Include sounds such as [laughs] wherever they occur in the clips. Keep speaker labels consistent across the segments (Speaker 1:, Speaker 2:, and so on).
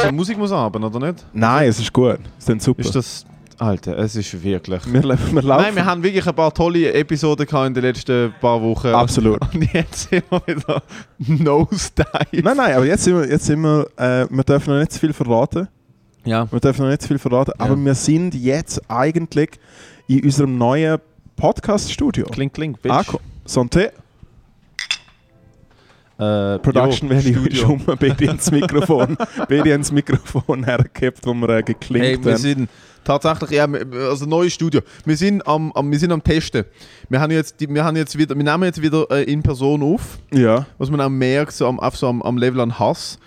Speaker 1: Also Musik muss haben, oder nicht?
Speaker 2: Nein, es ist gut. Es ist super.
Speaker 1: Ist das... Alter, es ist wirklich...
Speaker 2: wir, le- wir laufen.
Speaker 1: Nein, wir haben wirklich ein paar tolle Episoden gehabt in den letzten paar Wochen. [laughs]
Speaker 2: Absolut.
Speaker 1: Und jetzt sind wir wieder Nosedive.
Speaker 2: Nein, nein, aber jetzt sind wir, jetzt sind wir, äh, wir dürfen noch nicht zu viel verraten.
Speaker 1: Ja.
Speaker 2: Wir dürfen noch nicht zu viel verraten, aber wir sind jetzt eigentlich in unserem neuen Podcast-Studio.
Speaker 1: Kling, kling, bitch.
Speaker 2: Akku. Santé.
Speaker 1: Äh,
Speaker 2: Production
Speaker 1: jo,
Speaker 2: Value ist
Speaker 1: Studio.
Speaker 2: um, Baby
Speaker 1: [laughs]
Speaker 2: ins Mikrofon, Baby ins Mikrofon hergehabt, wo wir äh, geklinkt
Speaker 1: Hey, wir
Speaker 2: haben.
Speaker 1: sind tatsächlich, ja, wir- also neues Studio. Wir sind am, am, wir sind am Testen. Wir haben jetzt, die- wir haben jetzt wieder, wir nehmen jetzt wieder äh, in Person auf,
Speaker 2: Ja,
Speaker 1: was man auch merkt, so am, auf so am, am Level an Hass,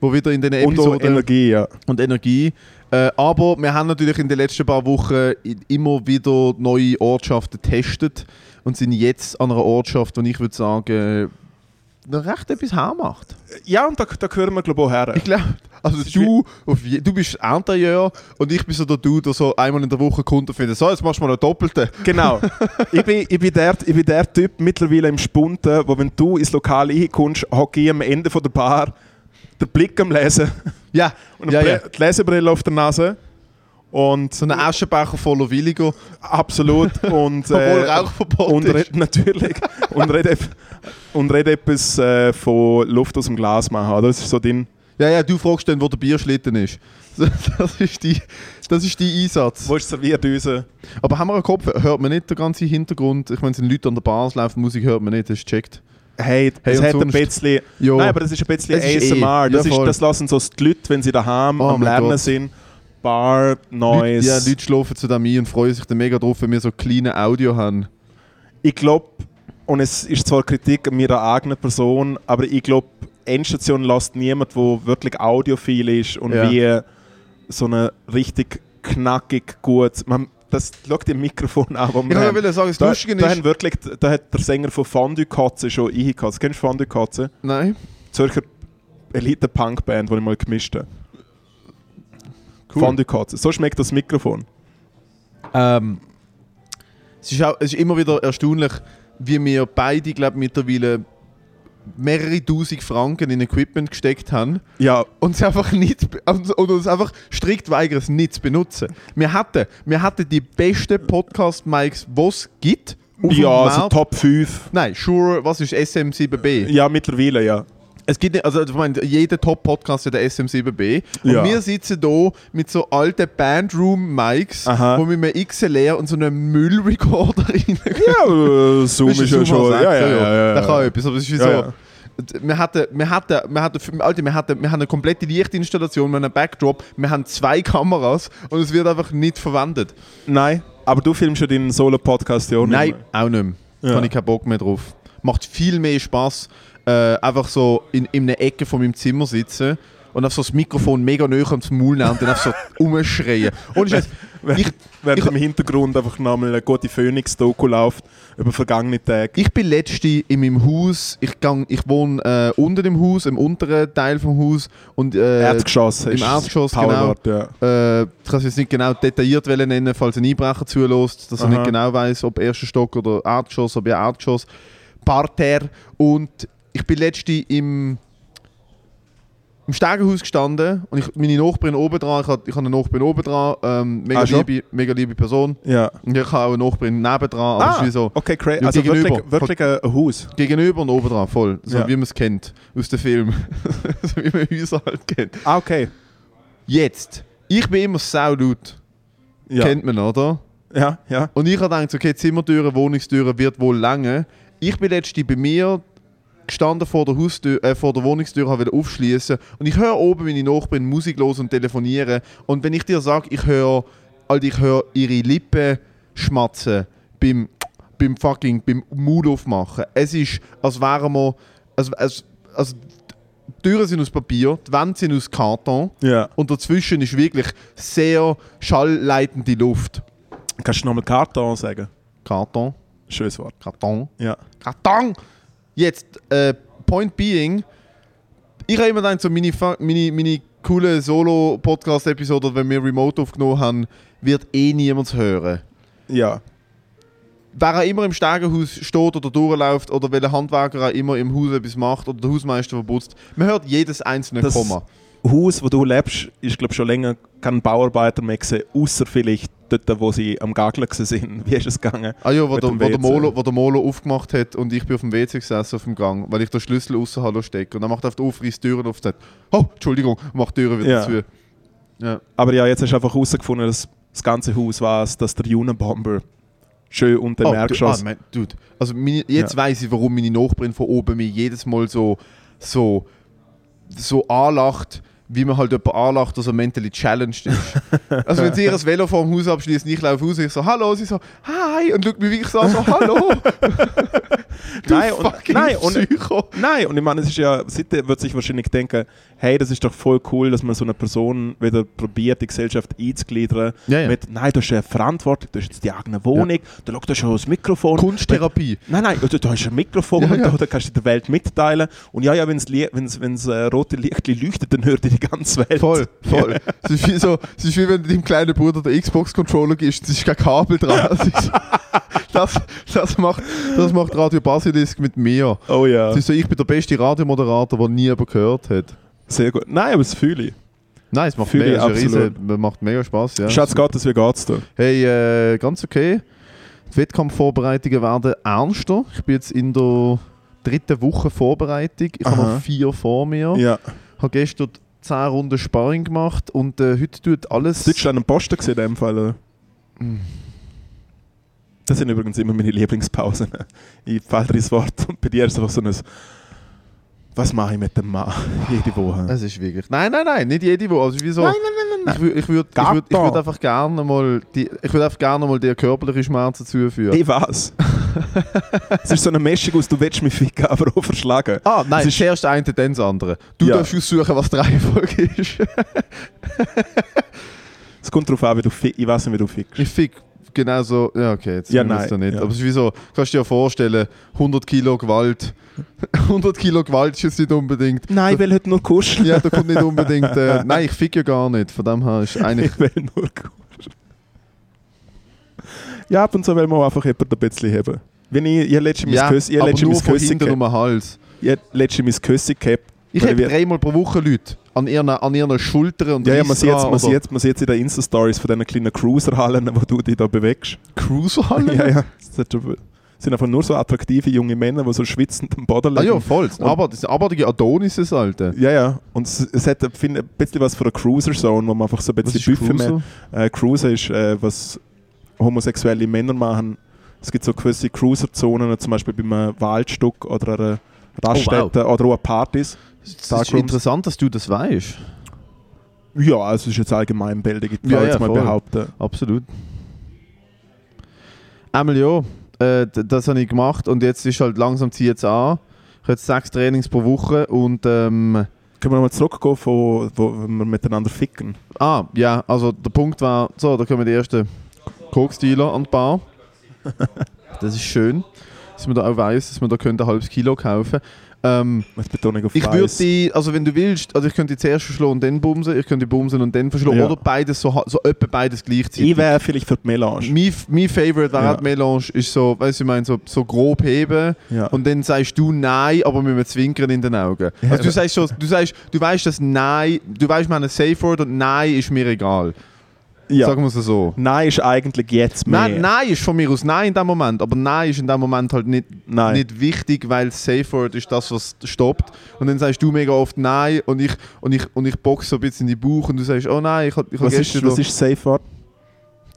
Speaker 1: wo wieder in den
Speaker 2: und auch
Speaker 1: Episoden
Speaker 2: Energie, ja.
Speaker 1: und Energie. Äh, aber wir haben natürlich in den letzten paar Wochen i- immer wieder neue Ortschaften getestet und sind jetzt an einer Ortschaft, wo ich würde sagen, noch recht etwas hermacht.
Speaker 2: Ja, und da, da gehören wir, glaube ich, auch her.
Speaker 1: Ich glaube, also
Speaker 2: ist
Speaker 1: du, auf je, du bist Interieur und ich bin so der Dude, der so einmal in der Woche Kunden findet. So, jetzt machst du mal einen doppelten.
Speaker 2: Genau. ich, bin, ich, bin der, ich bin der Typ mittlerweile im Spunten, wo wenn du ins Lokal reinkommst, hocke ich am Ende von der Bar den Blick am Lesen
Speaker 1: Ja,
Speaker 2: und
Speaker 1: ja,
Speaker 2: eine
Speaker 1: ja.
Speaker 2: Bre- die Lesebrille auf der Nase. Und
Speaker 1: So einen Aschenbecher voller Willigo,
Speaker 2: absolut. und,
Speaker 1: [laughs] obwohl
Speaker 2: äh,
Speaker 1: Rauchverbot
Speaker 2: und
Speaker 1: ist.
Speaker 2: red, natürlich. und red, eff- und red etwas äh, von Luft aus dem Glas machen. Oder? Das ist so dein...
Speaker 1: Ja, ja, du fragst dann, wo der Bierschlitten ist. [laughs] Das ist die, das ist die Einsatz.
Speaker 2: Wo ist Servierdüse?
Speaker 1: Aber haben wir einen Kopf? Hört man nicht den ganzen Hintergrund? Ich meine, es sind Leute an der Bar, es läuft Musik, hört man nicht, das ist checkt.
Speaker 2: Hey,
Speaker 1: Hey,
Speaker 2: das
Speaker 1: und
Speaker 2: hat ein
Speaker 1: sonst?
Speaker 2: bisschen...
Speaker 1: Jo.
Speaker 2: Nein, aber das ist ein bisschen
Speaker 1: Es ist eh-
Speaker 2: ASMR. das,
Speaker 1: ja,
Speaker 2: ist,
Speaker 1: voll.
Speaker 2: das lassen so die Leute, wenn sie daheim
Speaker 1: Oh
Speaker 2: am
Speaker 1: mein
Speaker 2: Lernen
Speaker 1: Gott.
Speaker 2: sind. Bar,
Speaker 1: Leute,
Speaker 2: Noise.
Speaker 1: ja, Leute schlafen zu dem ein und freuen sich dann mega drauf, wenn wir so kleine Audio haben.
Speaker 2: Ich glaube, und es ist zwar Kritik an meiner eigenen Person, aber ich glaube, Endstation lässt niemand, der wirklich audiophil ist und
Speaker 1: Ja.
Speaker 2: wie so eine richtig knackig gut. Man, das schaut im Mikrofon [laughs] an, wo
Speaker 1: Ich
Speaker 2: wir haben.
Speaker 1: wollte sagen, das
Speaker 2: Da,
Speaker 1: Lustige
Speaker 2: da, haben
Speaker 1: ist...
Speaker 2: wirklich, da hat der Sänger von Fondue Katze schon eingekatzt. Kennst du Fondue Katze?
Speaker 1: Nein.
Speaker 2: Zürcher Elite-Punk-Band, die ich mal gemischt habe.
Speaker 1: Cool.
Speaker 2: Fondue Katze. So schmeckt das Mikrofon.
Speaker 1: Ähm, es, ist auch, es ist immer wieder erstaunlich, wie wir beide, glaube mittlerweile mehrere tausend Franken in Equipment gesteckt haben
Speaker 2: Ja,
Speaker 1: und es einfach nicht be- und und uns einfach strikt weigern, es nicht zu benutzen. Wir hatten, wir hatten die besten Podcast-Mics, die es gibt. auf dem
Speaker 2: ja also
Speaker 1: Markt.
Speaker 2: Top 5.
Speaker 1: Nein, Shure, was ist SM7B?
Speaker 2: Ja, mittlerweile, ja.
Speaker 1: Es gibt, also ich meine, jeder Top-Podcast hat der SM7B. Und
Speaker 2: Ja.
Speaker 1: wir sitzen hier mit so alten Bandroom-Mics,
Speaker 2: Aha.
Speaker 1: wo mit einem XLR und so einem [laughs] Müllrecorder rein.
Speaker 2: Ja, äh, Zoom ist ja schon. Ja, ja, ja, ja,
Speaker 1: Da kann
Speaker 2: ja.
Speaker 1: etwas, aber es ist wie
Speaker 2: Ja,
Speaker 1: so.
Speaker 2: ja.
Speaker 1: Wir hatten, wir hatten, wir hatten, Alter, wir hatten, wir haben eine komplette Lichtinstallation, wir haben einen Backdrop, wir haben zwei Kameras und es wird einfach nicht verwendet.
Speaker 2: Nein, aber du filmst ja deinen Solo-Podcast ja auch nicht
Speaker 1: Nein,
Speaker 2: mehr.
Speaker 1: auch nicht mehr.
Speaker 2: Ja.
Speaker 1: Habe ich keinen Bock mehr drauf. Macht viel mehr Spaß, äh, einfach so in, in einer Ecke von meinem Zimmer sitzen und auf so das Mikrofon mega näher ans Maul nehmen und dann auf so
Speaker 2: [laughs]
Speaker 1: rumschreien. Und ich, ich,
Speaker 2: Während
Speaker 1: ich-
Speaker 2: im Hintergrund einfach nochmal eine gute Phoenix-Doku läuft über vergangene Tage.
Speaker 1: ich bin letzte in meinem Haus, ich, gang, ich wohne äh, unter dem Haus, im unteren Teil vom Haus und äh, äh,
Speaker 2: Erdgeschoss genau.
Speaker 1: im
Speaker 2: ist das
Speaker 1: Erdgeschoss,
Speaker 2: Powerwort, ja.
Speaker 1: ich kann es jetzt nicht genau detailliert wollen nennen, falls ein Einbrecher zulässt, dass er
Speaker 2: Aha.
Speaker 1: nicht genau weiß, ob erster Stock oder Erdgeschoss, ob ja Erdgeschoss, Parterre und ich bin letzte im im Stegenhaus gestanden und ich, meine Nachbarin oben dran, ich habe ich hab eine Nachbarin oben dran, ähm, mega,
Speaker 2: Ah, schon?
Speaker 1: liebe, mega liebe Person.
Speaker 2: Ja.
Speaker 1: Und ich habe auch eine Nachbarin neben dran, aber es ist wie so
Speaker 2: Ah, okay, crazy.
Speaker 1: Ja,
Speaker 2: Also wirklich,
Speaker 1: gegenüber.
Speaker 2: wirklich ein ein Haus.
Speaker 1: gegenüber und oben dran, voll. So
Speaker 2: Ja.
Speaker 1: wie man es kennt aus dem Film. [laughs] so wie man Häuser halt kennt.
Speaker 2: Ah, okay.
Speaker 1: Jetzt, ich bin immer sau laut.
Speaker 2: Ja,
Speaker 1: Kennt man, oder?
Speaker 2: ja. ja.
Speaker 1: Und ich habe gedacht, okay, Zimmertüren, Wohnungstüren wird wohl lange. Ich bin letzte bei mir gestanden vor der, Haustür, äh, vor der Wohnungstür, habe wieder aufschließen und ich höre oben meine Nachbarn Musik los und telefonieren. Und wenn ich dir sage, ich höre, Alter, ich höre ihre Lippen schmatzen beim, beim fucking, beim Mund aufmachen. Es ist, als wären wir, als, als, als die Türen sind aus Papier, die Wände sind aus Karton
Speaker 2: ja.
Speaker 1: und dazwischen ist wirklich sehr schallleitende Luft.
Speaker 2: Kannst du nochmal Karton sagen?
Speaker 1: Karton.
Speaker 2: Schönes Wort.
Speaker 1: Karton.
Speaker 2: Ja.
Speaker 1: Karton! Jetzt, äh, Point Being, ich habe immer gedacht, so meine, Fa- meine, meine coole Solo-Podcast-Episode, wenn wir remote aufgenommen haben, wird eh niemand hören.
Speaker 2: Ja.
Speaker 1: Wer auch immer im Stegenhaus steht oder durchläuft oder welcher Handwerker auch immer im Haus etwas macht oder der Hausmeister verputzt, man hört jedes einzelne
Speaker 2: Das-
Speaker 1: Komma.
Speaker 2: Haus, wo du lebst, ist glaube schon länger kein Bauarbeiter mehr gesehen, außer vielleicht dort, wo sie am Gageln gewesen sind. [laughs] Wie ist es gegangen?
Speaker 1: Ah ja, wo
Speaker 2: Mit
Speaker 1: der,
Speaker 2: dem
Speaker 1: wo, der
Speaker 2: WC.
Speaker 1: Molo, wo der Molo aufgemacht hat und ich bin auf dem WC gesessen auf dem Gang, weil ich den Schlüssel außen hallo stecke. Und dann macht er auf die Aufreiß Türen auf und sagt, oh, Entschuldigung, und macht die Türen wieder
Speaker 2: Ja.
Speaker 1: zu. Ja.
Speaker 2: Aber ja, jetzt hast du einfach herausgefunden, dass das ganze Haus weiß, dass der Unabomber schön unter dem
Speaker 1: Oh, du, ah,
Speaker 2: Erdgeschoss.
Speaker 1: mein, dude. Also meine, jetzt
Speaker 2: Ja.
Speaker 1: weiß ich, warum meine Nachbarin von oben mich jedes Mal so, so, so anlacht, wie man halt jemanden anlacht, der so mentally challenged
Speaker 2: [laughs]
Speaker 1: ist. also wenn sie ihr Velo vor dem Haus abschließt, ich laufe raus, ich so «Hallo», sie so «Hi» und schaut mich wirklich so an, so
Speaker 2: [laughs]
Speaker 1: «Hallo, [laughs] du
Speaker 2: Nein, und-
Speaker 1: fucking
Speaker 2: nein, und-
Speaker 1: Psycho!»
Speaker 2: Nein, und ich meine, es ist ja, seitdem wird sich wahrscheinlich denken, hey, das ist doch voll cool, dass man so eine Person wieder probiert, die Gesellschaft einzugliedern.
Speaker 1: Ja, ja.
Speaker 2: Mit, nein, du hast eine Verantwortung, du hast jetzt die eigene Wohnung, da schau, du hast schon das Mikrofon.
Speaker 1: Kunsttherapie.
Speaker 2: Nein, nein, du, du hast ein Mikrofon,
Speaker 1: Ja,
Speaker 2: und
Speaker 1: ja.
Speaker 2: [laughs] Da, da kannst du der Welt mitteilen. Und ja, ja, wenn das wenn's, wenn's, äh, rote Licht leuchtet, dann hört die ganze Welt.
Speaker 1: Voll, voll. Es ist, wie so, es ist wie wenn du deinem kleinen Bruder den Xbox-Controller gibst, es ist kein Kabel dran.
Speaker 2: [laughs]
Speaker 1: Es ist- Das, das, macht, das macht Radio Basilisk mit mir.
Speaker 2: Oh ja,
Speaker 1: Es ist so, ich bin der beste Radiomoderator, den nie jemand gehört hat.
Speaker 2: sehr gut. Nein, aber das fühle ich.
Speaker 1: Nein, es macht,
Speaker 2: Fühle
Speaker 1: mega,
Speaker 2: ich
Speaker 1: es ist eine
Speaker 2: absolut.
Speaker 1: riesen, macht mega Spaß. Ja.
Speaker 2: Schatz Gottes, wie geht's dir?
Speaker 1: Hey, äh, ganz okay. Die Wettkampfvorbereitungen werden ernster. Ich bin jetzt in der dritten Woche Vorbereitung. Ich habe
Speaker 2: Aha.
Speaker 1: noch vier vor mir.
Speaker 2: Ja.
Speaker 1: Ich habe gestern 10 Runden Sparring gemacht und äh, heute tut alles.
Speaker 2: Deutschland am Posten gesehen in dem Fall. oder?
Speaker 1: Hm.
Speaker 2: Das sind übrigens immer meine Lieblingspausen. [laughs] Ich falle ins Wort und bei dir ist es einfach so ein Was mache ich mit dem Mann? [laughs] Jede Woche.
Speaker 1: Es ist wirklich. Nein, nein, nein, nicht jede Woche. Also, wieso?
Speaker 2: nein,
Speaker 1: Ich würde ich würd, ich
Speaker 2: Gatta.
Speaker 1: würd, ich würd einfach gerne mal die, ich würd einfach gerne mal dir körperliche Schmerzen zuführen. [laughs]
Speaker 2: Ich weiß. es ist so eine Mischung aus, du willst mich ficken, aber auch verschlagen.
Speaker 1: Ah, nein,
Speaker 2: Es
Speaker 1: es
Speaker 2: ist-
Speaker 1: ist erst ein, dann das andere. Du
Speaker 2: Ja.
Speaker 1: darfst aussuchen, was die Reihenfolge
Speaker 2: [laughs]
Speaker 1: ist.
Speaker 2: Es kommt darauf an, wie du fick, ich weiß nicht, wie du fickst.
Speaker 1: Ich fick genauso. Ja, okay, jetzt
Speaker 2: Ja,
Speaker 1: müssen wir es
Speaker 2: nein,
Speaker 1: nicht.
Speaker 2: ja.
Speaker 1: Aber es ist wie so, kannst du dir ja vorstellen, 100 Kilo Gewalt. [laughs] 100 Kilo Gewalt ist jetzt nicht unbedingt.
Speaker 2: Nein, ich will heute nur kuscheln.
Speaker 1: Ja, da kommt nicht unbedingt. Äh, nein, ich fick ja gar nicht. Von dem her ist eigentlich.
Speaker 2: Ich will nur kuscheln. Ja, ab und zu will man auch einfach jemanden ein bisschen haben. Wenn ich, ich letztens [laughs] mein
Speaker 1: Ja,
Speaker 2: Küssi, ich
Speaker 1: aber
Speaker 2: letztens
Speaker 1: nur
Speaker 2: mein
Speaker 1: von
Speaker 2: Küssi
Speaker 1: hinten um
Speaker 2: gehabt.
Speaker 1: den Hals.
Speaker 2: Ich letztens mein Küssi gehabt.
Speaker 1: Ich
Speaker 2: Weil
Speaker 1: habe
Speaker 2: wir-
Speaker 1: dreimal pro Woche Leute an ihren, an ihren Schultern und
Speaker 2: Ja, ja,
Speaker 1: Risse
Speaker 2: man sieht es
Speaker 1: dran,
Speaker 2: man
Speaker 1: oder
Speaker 2: sieht's, man sieht's in den Insta-Stories von diesen kleinen Cruiserhallen, wo du dich da [laughs] bewegst.
Speaker 1: [laughs] Cruiserhallen?
Speaker 2: ja, ja. Das hat schon- sind einfach nur so attraktive junge Männer, die so schwitzend am Boden
Speaker 1: Ah
Speaker 2: liegen.
Speaker 1: ja, voll. Aber das sind abartige Adonises, Alter.
Speaker 2: ja, ja. Und es, es hat find, ein bisschen was von einer Cruiser-Zone, wo man einfach so ein bisschen Büffe mehr. Äh, Cruiser ist, äh, was homosexuelle Männer machen. Es gibt so gewisse Cruiser-Zonen, zum Beispiel bei einem Waldstück oder einer Raststätte
Speaker 1: Oh,
Speaker 2: oder auch an Partys.
Speaker 1: Es ist
Speaker 2: Darkrooms.
Speaker 1: interessant, dass du das weißt.
Speaker 2: Ja, also es ist jetzt Allgemeinbildung, ich
Speaker 1: Ja,
Speaker 2: ja, jetzt
Speaker 1: ja,
Speaker 2: mal
Speaker 1: voll.
Speaker 2: behaupten.
Speaker 1: Absolut. Einmal ja, äh, d- das habe ich gemacht und jetzt ist halt langsam zieht es an. Ich habe jetzt sechs Trainings pro Woche und ähm,
Speaker 2: Können wir nochmal zurückgehen, von, wo wir miteinander ficken?
Speaker 1: ah, ja, also der Punkt war, so, da kommen die ersten Coke-Dealer an die
Speaker 2: [laughs]
Speaker 1: Bar. Das ist schön, dass man da auch weiß, dass man da könnte ein halbes Kilo kaufen. Ähm,
Speaker 2: Mit Betonung auf
Speaker 1: Ich würde
Speaker 2: Weiss.
Speaker 1: die, also wenn du willst, also ich könnte die zuerst verschlagen und dann bumsen, ich könnte die bumsen und dann verschlagen.
Speaker 2: Ja.
Speaker 1: Oder beides, so, ha- so etwa beides gleichzeitig.
Speaker 2: Ich wäre vielleicht für die Melange.
Speaker 1: Mein, mein Favorite wäre
Speaker 2: Ja.
Speaker 1: die Melange, ist so, weißt du, ich meine, so, so grob heben
Speaker 2: Ja.
Speaker 1: und dann sagst du Nein, aber mit einem Zwinkern in den Augen.
Speaker 2: Ja,
Speaker 1: Also du
Speaker 2: aber-
Speaker 1: sagst so, du sagst, du weißt, dass Nein, du weißt, meine Safe Word und Nein ist mir egal.
Speaker 2: ja.
Speaker 1: Sagen wir es so.
Speaker 2: Nein ist eigentlich jetzt mehr.
Speaker 1: Nein, nein ist von mir aus Nein in dem Moment, aber Nein ist in dem Moment halt nicht,
Speaker 2: Nein.
Speaker 1: nicht wichtig, weil das Safe Word ist das, was stoppt. Und dann sagst du mega oft Nein und ich, und ich, und ich boxe so ein bisschen in die Bauch und du sagst, oh nein, ich habe ich hab
Speaker 2: Was ist, was
Speaker 1: da-
Speaker 2: ist Safe Word?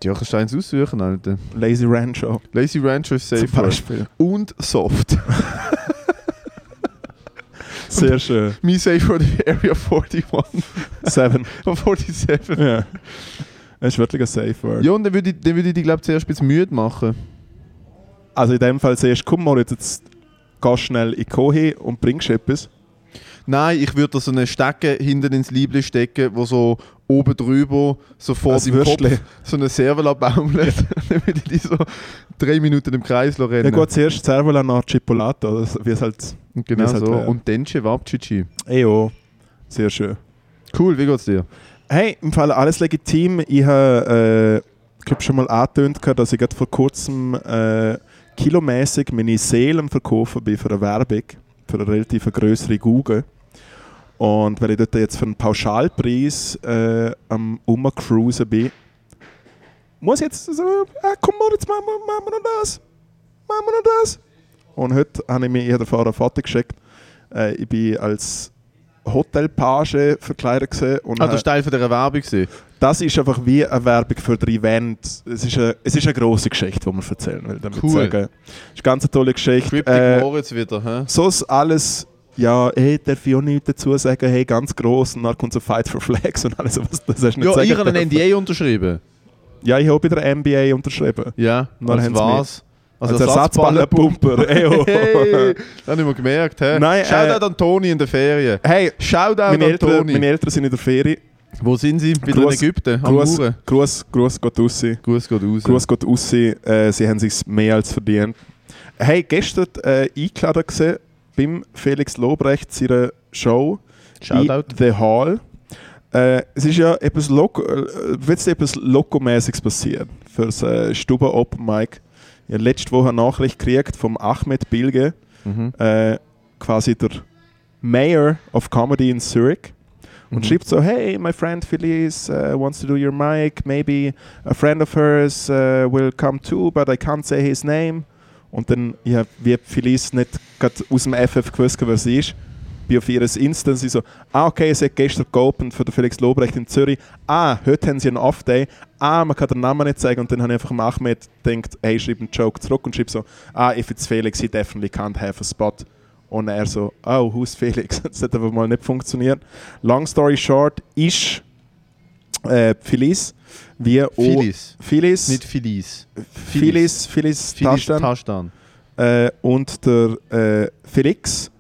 Speaker 1: Ja, kannst du eins aussuchen, Alter.
Speaker 2: Lazy Rancho
Speaker 1: Lazy Rancher ist Safe
Speaker 2: zum
Speaker 1: Word.
Speaker 2: Beispiel.
Speaker 1: Und Soft. [laughs] [laughs]
Speaker 2: Sehr schön.
Speaker 1: mein Safe Word ist Area 41 [laughs]
Speaker 2: Seven.
Speaker 1: und 47.
Speaker 2: ja. Das ist wirklich ein Safe Word.
Speaker 1: Ja, und dann würde ich, dann würde ich dich, glaube ich, zuerst ein bisschen müde machen.
Speaker 2: Also in dem Fall siehst du, komm mal jetzt, jetzt gehst schnell in die Kohe und bringst etwas.
Speaker 1: Nein, ich würde da so eine Stecke hinten ins Liebling stecken, wo so oben drüber, so vor
Speaker 2: Als
Speaker 1: deinem
Speaker 2: Würstchen.
Speaker 1: Kopf, so eine Servola baumelt. [laughs] Dann würde ich die so drei Minuten im Kreis rennen.
Speaker 2: Ja gut, zuerst Servola nach Chipolata, oder so, wie es halt...
Speaker 1: Und genau
Speaker 2: Wie es halt
Speaker 1: so.
Speaker 2: wäre.
Speaker 1: Und dann Cevapcici.
Speaker 2: Ejo. Sehr schön.
Speaker 1: Cool, wie geht's dir?
Speaker 2: Hey, im Fall alles legitim. Ich habe, äh, glaube schon mal angetönt, gehabt, dass ich gerade vor kurzem äh, kilomäßig meine Seele am Verkaufen bin für eine Werbung, für eine relativ größere Google. Und weil ich dort jetzt für einen Pauschalpreis äh, am Umcruisen bin, muss ich jetzt so, ah, komm Moritz, machen wir, machen wir noch das, machen wir noch das. Und heute habe ich mir ihr davor eine Foto geschickt. Äh, ich bin als Hotelpage verkleidet gewesen und
Speaker 1: Ah,
Speaker 2: habe-
Speaker 1: das war Teil von dieser Werbung. gewesen.
Speaker 2: das ist einfach wie eine Werbung für den Event. Es ist eine, es ist eine grosse Geschichte, die man erzählen will. Damit
Speaker 1: Cool.
Speaker 2: sagen. Es ist eine ganz tolle Geschichte.
Speaker 1: Cryptic
Speaker 2: Äh,
Speaker 1: Moritz wieder, hä?
Speaker 2: sonst alles, ja, hey, darf ich auch nichts dazu sagen, hey, ganz gross. Und dann kommt so Fight for Flags und alles, was das hast du nicht
Speaker 1: Ja,
Speaker 2: sagen
Speaker 1: ich habe einen
Speaker 2: dürfen.
Speaker 1: NDA unterschrieben.
Speaker 2: Ja, ich habe bei der NBA unterschrieben.
Speaker 1: Ja,
Speaker 2: Dann haben
Speaker 1: das
Speaker 2: sie
Speaker 1: war's.
Speaker 2: Als [laughs] Ersatzballenpumper. Ey, oh.
Speaker 1: Also Hey, das habe ich mir gemerkt. He.
Speaker 2: Nein,
Speaker 1: Shoutout an Toni in der Ferien.
Speaker 2: Hey,
Speaker 1: Shoutout
Speaker 2: meine
Speaker 1: an
Speaker 2: Eltern,
Speaker 1: Toni.
Speaker 2: meine Eltern sind in der Ferie.
Speaker 1: Wo sind sie? Wieder in
Speaker 2: Gruß-
Speaker 1: Ägypten, am
Speaker 2: Gruß,
Speaker 1: Mauern.
Speaker 2: Gruß, Gruß geht raus.
Speaker 1: Gruß geht raus.
Speaker 2: Gruß geht raus. Äh, sie haben sich mehr als verdient. Hey, gestern äh, eingeladen gewesen beim Felix Lobrecht zu ihrer Show.
Speaker 1: Shoutout.
Speaker 2: In The Hall. Äh, es ist ja etwas, Loko äh, jetzt etwas Lokomäßiges passiert für das äh, Stuber Open Mic. Ich habe letzte Woche eine Nachricht gekriegt vom Ahmed Bilge,
Speaker 1: Mhm.
Speaker 2: äh, quasi der Mayor of Comedy in Zurich. Und
Speaker 1: Mhm.
Speaker 2: schreibt so, hey, my friend Felice uh, wants to do your mic. Maybe a friend of hers uh, will come too, but I can't say his name. Und dann, ja, wie Felice nicht gerade aus dem FF gewusst, wer sie ist, bin auf ihres Insta und sie so, ah, okay, sie hat gestern geopend für den Felix Lobrecht in Zürich. Ah, heute haben sie einen Off-Day. Ah, man kann den Namen nicht sagen. Und dann habe ich einfach am Ahmed gedacht, hey, schreib einen Joke zurück und schreib so, ah, if it's Felix, he definitely can't have a spot. Und er so, oh, who's Felix? [laughs] Das hat einfach mal nicht funktioniert. Long story short, ist äh, Phyllis, wie auch-
Speaker 1: Phyllis.
Speaker 2: Phyllis,
Speaker 1: Nicht Phyllis. Phyllis.
Speaker 2: Phyllis, Phyllis,
Speaker 1: Phyllis
Speaker 2: Taschtan,
Speaker 1: Tastan.
Speaker 2: äh, und der äh, Felix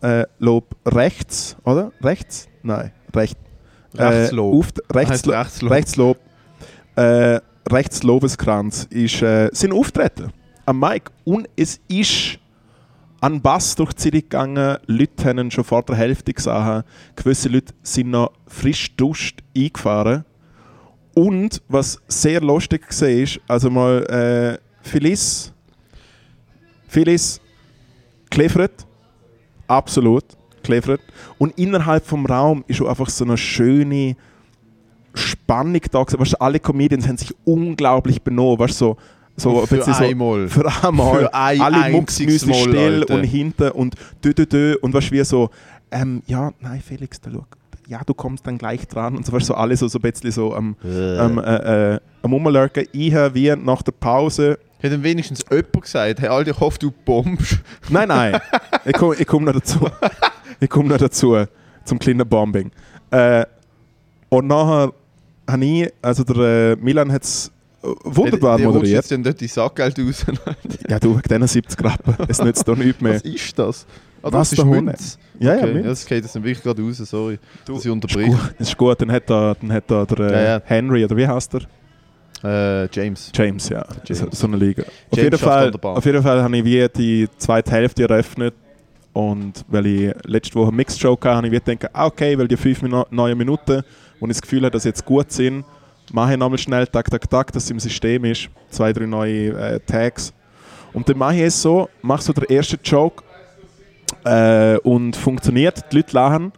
Speaker 2: äh, Lob rechts, oder? Rechts? Nein, recht.
Speaker 1: Rechtslob.
Speaker 2: Äh, auf, Rechtslo
Speaker 1: Heißt Rechtslob.
Speaker 2: Rechtslob. Äh, Rechtslobeskranz ist äh, sein Auftreten am Mike. Und es ist an Bass durch die Zürich gegangen. Leute haben ihn schon vor der Hälfte gesehen. Gewisse Leute sind noch frisch duscht eingefahren. Und was sehr lustig war, ist, also mal äh, Phyllis, Phyllis geliefert, absolut geliefert. Und innerhalb vom Raum ist auch einfach so eine schöne Spannung da gewesen. Weißt du, alle Comedians haben sich unglaublich benommen. Weißt du, so, so ein
Speaker 1: Für
Speaker 2: bisschen so-
Speaker 1: einmal.
Speaker 2: für einmal.
Speaker 1: Für ein
Speaker 2: alle
Speaker 1: einziges
Speaker 2: Mucksmüsli
Speaker 1: Mal,
Speaker 2: still
Speaker 1: Alter.
Speaker 2: und hinten und dö, dö, dö. Und weißt du, wie so, ähm, ja, nein, Felix, da schau, ja, du kommst dann gleich dran. Und so, weißt du, so alle so, so ein bisschen so am, am, äh, äh, am Rumlurken. Ich habe wie nach der Pause.
Speaker 1: Hätte ihm wenigstens jemand gesagt, hey, Alter, ich hoffe, du bombst.
Speaker 2: Nein, nein, ich komme ich komm noch dazu. Ich komme noch dazu, zum kleinen Bombing. Äh, und nachher habe ich, also der äh, Milan hat es wunderbar
Speaker 1: Der- der rutscht
Speaker 2: moderiert.
Speaker 1: jetzt dann dort die Sackgeld raus. [laughs]
Speaker 2: Ja, du, wegen diesen 70 Rappen, es nützt doch nichts mehr.
Speaker 1: Was ist das? Ah,
Speaker 2: Was
Speaker 1: das ist
Speaker 2: der Hund?
Speaker 1: Münz.
Speaker 2: Ja, ja,
Speaker 1: Also, Okay,
Speaker 2: Münz.
Speaker 1: das geht jetzt dann wirklich gerade raus, sorry,
Speaker 2: Du,
Speaker 1: dass ich
Speaker 2: Ist
Speaker 1: unterbreche.
Speaker 2: gut, ist gut. dann hat da, dann hat da der äh,
Speaker 1: Ja, ja.
Speaker 2: Henry, oder wie heißt er?
Speaker 1: Äh, James.
Speaker 2: James, ja.
Speaker 1: James.
Speaker 2: So, so eine Liga. Auf
Speaker 1: James
Speaker 2: jeden,
Speaker 1: schafft
Speaker 2: Fall,
Speaker 1: an der Bar.
Speaker 2: auf jeden Fall habe ich wie die zweite Hälfte eröffnet. Und weil ich letzte Woche einen Mixed Show hatte, habe ich wie gedacht, ah, okay, weil die fünf Minu neun Minuten, wo ich das Gefühl habe, dass sie jetzt gut sind, mache ich nochmal schnell, tak, tak, tak, dass es im System ist. Zwei, drei neue äh, Tags. Und dann mache ich es so, mache so den ersten Joke äh, und funktioniert, die Leute lachen.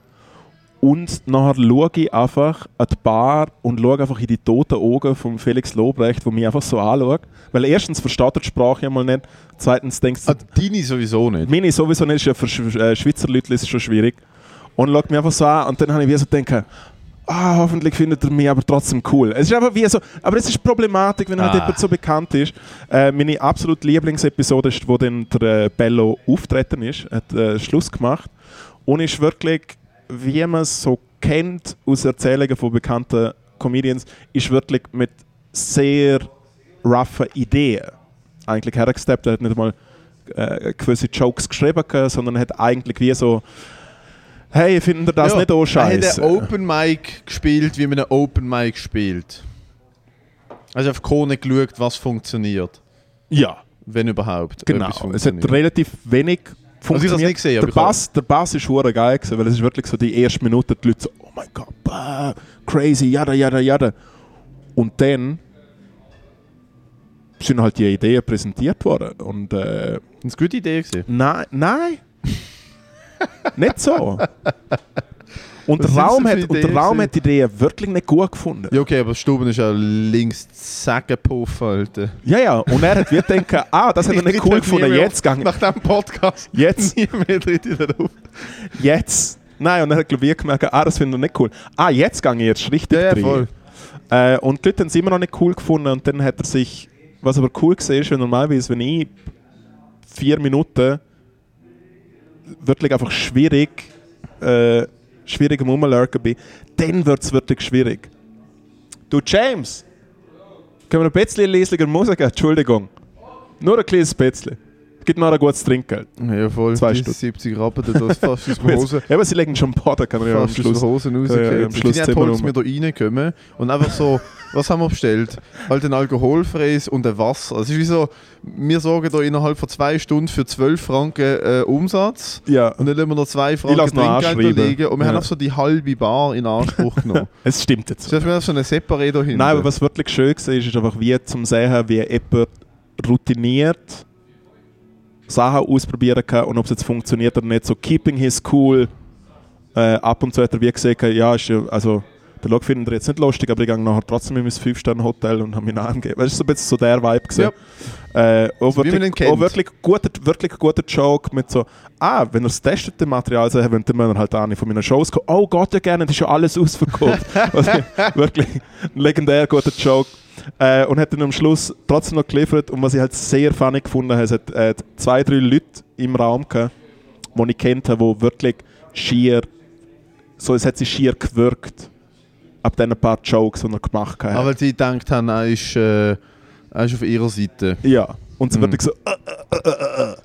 Speaker 2: Und nachher schaue ich einfach an die Bar und schaue einfach in die toten Augen von Felix Lobrecht, wo mich einfach so anschaut. Weil erstens versteht er die Sprache ja mal nicht, zweitens denkst du,
Speaker 1: Ah, deine sowieso nicht.
Speaker 2: meine sowieso nicht, ist ja für Sch äh, Schweizer Leute ist es schon schwierig. Und schaut mich einfach so an und dann habe ich wie so gedacht, ah, hoffentlich findet er mich aber trotzdem cool. Es ist einfach wie so, aber es ist Problematik, wenn halt
Speaker 1: Ah.
Speaker 2: jemand so bekannt ist. Äh, meine absolute Lieblingsepisode ist, wo dann der äh, Bello auftreten ist, hat äh, Schluss gemacht und ist wirklich, wie man es so kennt aus Erzählungen von bekannten Comedians, ist wirklich mit sehr roughen Ideen eigentlich hergesteppt. Er hat nicht mal äh, gewisse Jokes geschrieben, gehabt, sondern hat eigentlich wie so «Hey, finden ihr das
Speaker 1: Ja,
Speaker 2: nicht auch
Speaker 1: Er hat
Speaker 2: scheiße?»
Speaker 1: einen Open Mic gespielt, wie man einen Open Mic spielt. Also auf Kone geschaut, was funktioniert.
Speaker 2: Ja,
Speaker 1: Wenn überhaupt. etwas
Speaker 2: genau. Es hat
Speaker 1: funktioniert.
Speaker 2: relativ wenig
Speaker 1: Also ich
Speaker 2: funktioniert.
Speaker 1: hab's nicht gesehen,
Speaker 2: der,
Speaker 1: aber ich
Speaker 2: Bass, der Bass ist hure geil gewesen, weil es ist wirklich so die erste Minute, die Leute so «Oh mein Gott, bah, crazy, jada, jada, jada». Und dann sind halt die Ideen präsentiert worden und äh,
Speaker 1: [laughs] Das ist eine gute Idee gewesen.
Speaker 2: Nein, nein. nicht so. Und der
Speaker 1: Was sind
Speaker 2: Raum,
Speaker 1: das
Speaker 2: hat,
Speaker 1: für
Speaker 2: und der
Speaker 1: Ideen
Speaker 2: Raum hat die Idee wirklich nicht gut gefunden.
Speaker 1: Ja, okay, aber Stuben ist ja links Sägenpuff, Alter.
Speaker 2: Ja, ja. Und er hat wie denken, ah, das hat er
Speaker 1: [laughs]
Speaker 2: nicht
Speaker 1: Ich
Speaker 2: cool
Speaker 1: tritt nie
Speaker 2: gefunden,
Speaker 1: mehr
Speaker 2: jetzt
Speaker 1: auf-
Speaker 2: gegangen.
Speaker 1: Nach diesem Podcast. [laughs]
Speaker 2: Jetzt.
Speaker 1: Nie mehr tritt in der Luft.
Speaker 2: Jetzt. Nein, und er hat glaub ich gemerkt, ah, das finde ich nicht cool. Ah, jetzt gehe ich jetzt richtig
Speaker 1: Ja, ja,
Speaker 2: drin.
Speaker 1: voll.
Speaker 2: Äh, und die Leute haben es immer noch nicht cool gefunden und dann hat er sich, was aber cool gesehen ist, wenn normalerweise, wenn ich vier Minuten wirklich einfach schwierig, äh, schwierig am Rumlurken bin, dann wird es wirklich schwierig. Du James, können wir ein bisschen leislicher Musik, Entschuldigung. Nur ein kleines bisschen. Gibt noch ein gutes Trinkgeld.
Speaker 1: Ja, voll.
Speaker 2: Zwei
Speaker 1: Die
Speaker 2: Stunden.
Speaker 1: 70 Rappen, das ist
Speaker 2: [laughs]
Speaker 1: fast aus der
Speaker 2: Jetzt,
Speaker 1: Hose.
Speaker 2: ja, aber sie legen schon ein paar, da kann ich ja am
Speaker 1: Fast aus
Speaker 2: Schluss.
Speaker 1: den Hosen raus.
Speaker 2: Ja, ja, am
Speaker 1: Ja,
Speaker 2: Schluss
Speaker 1: ja,
Speaker 2: ziehen wir
Speaker 1: toll,
Speaker 2: um.
Speaker 1: dass wir da reinkommen und einfach so, [laughs] was haben wir bestellt? Halt ein alkoholfreies und ein Wasser. Also, Es ist wie so, wir sorgen da innerhalb von zwei Stunden für 12 Franken äh, Umsatz
Speaker 2: Ja,
Speaker 1: und dann lassen wir noch zwei
Speaker 2: lass
Speaker 1: Franken
Speaker 2: noch
Speaker 1: Trinkgeld da
Speaker 2: anschreiben.
Speaker 1: liegen und wir
Speaker 2: Ja.
Speaker 1: haben auch so die halbe Bar in Anspruch genommen.
Speaker 2: es stimmt jetzt.
Speaker 1: Zuerst mal so eine Separé da hinten.
Speaker 2: Nein, aber was wirklich schön war, ist einfach wie zum sehen, wie jemand routiniert Sachen ausprobieren kann und ob es jetzt funktioniert oder nicht. So keeping his cool. Äh, ab und zu hat er wie gesagt, ja, ist ja, also der Log findet er jetzt nicht lustig, aber ich gehe nachher trotzdem in mein 5-Sterne-Hotel und habe mich angegeben. Das ist so ein bisschen so der Vibe. Gewesen. Äh, auch
Speaker 1: wie man ihn
Speaker 2: wirklich,
Speaker 1: kennt.
Speaker 2: auch wirklich, guter, wirklich guter Joke mit so, ah, wenn ihr das testete Material sehen wollt, dann müssen wir halt eine von meinen Shows kommen. Oh Gott, ja gerne, das ist ja alles ausverkauft. also, wirklich ein legendär guter Joke. Äh, und hat dann am Schluss trotzdem noch geliefert. Und was ich halt sehr funny gefunden habe, es hat äh, zwei, drei Leute im Raum gehabt, die ich kennt habe, die wirklich schier, so es hat sich schier gewirkt. Ab diesen paar Jokes, die er gemacht hat.
Speaker 1: Aber weil sie gedacht haben, er ist, äh, er ist auf ihrer Seite.
Speaker 2: ja. Und sie
Speaker 1: Mhm.
Speaker 2: wirklich so,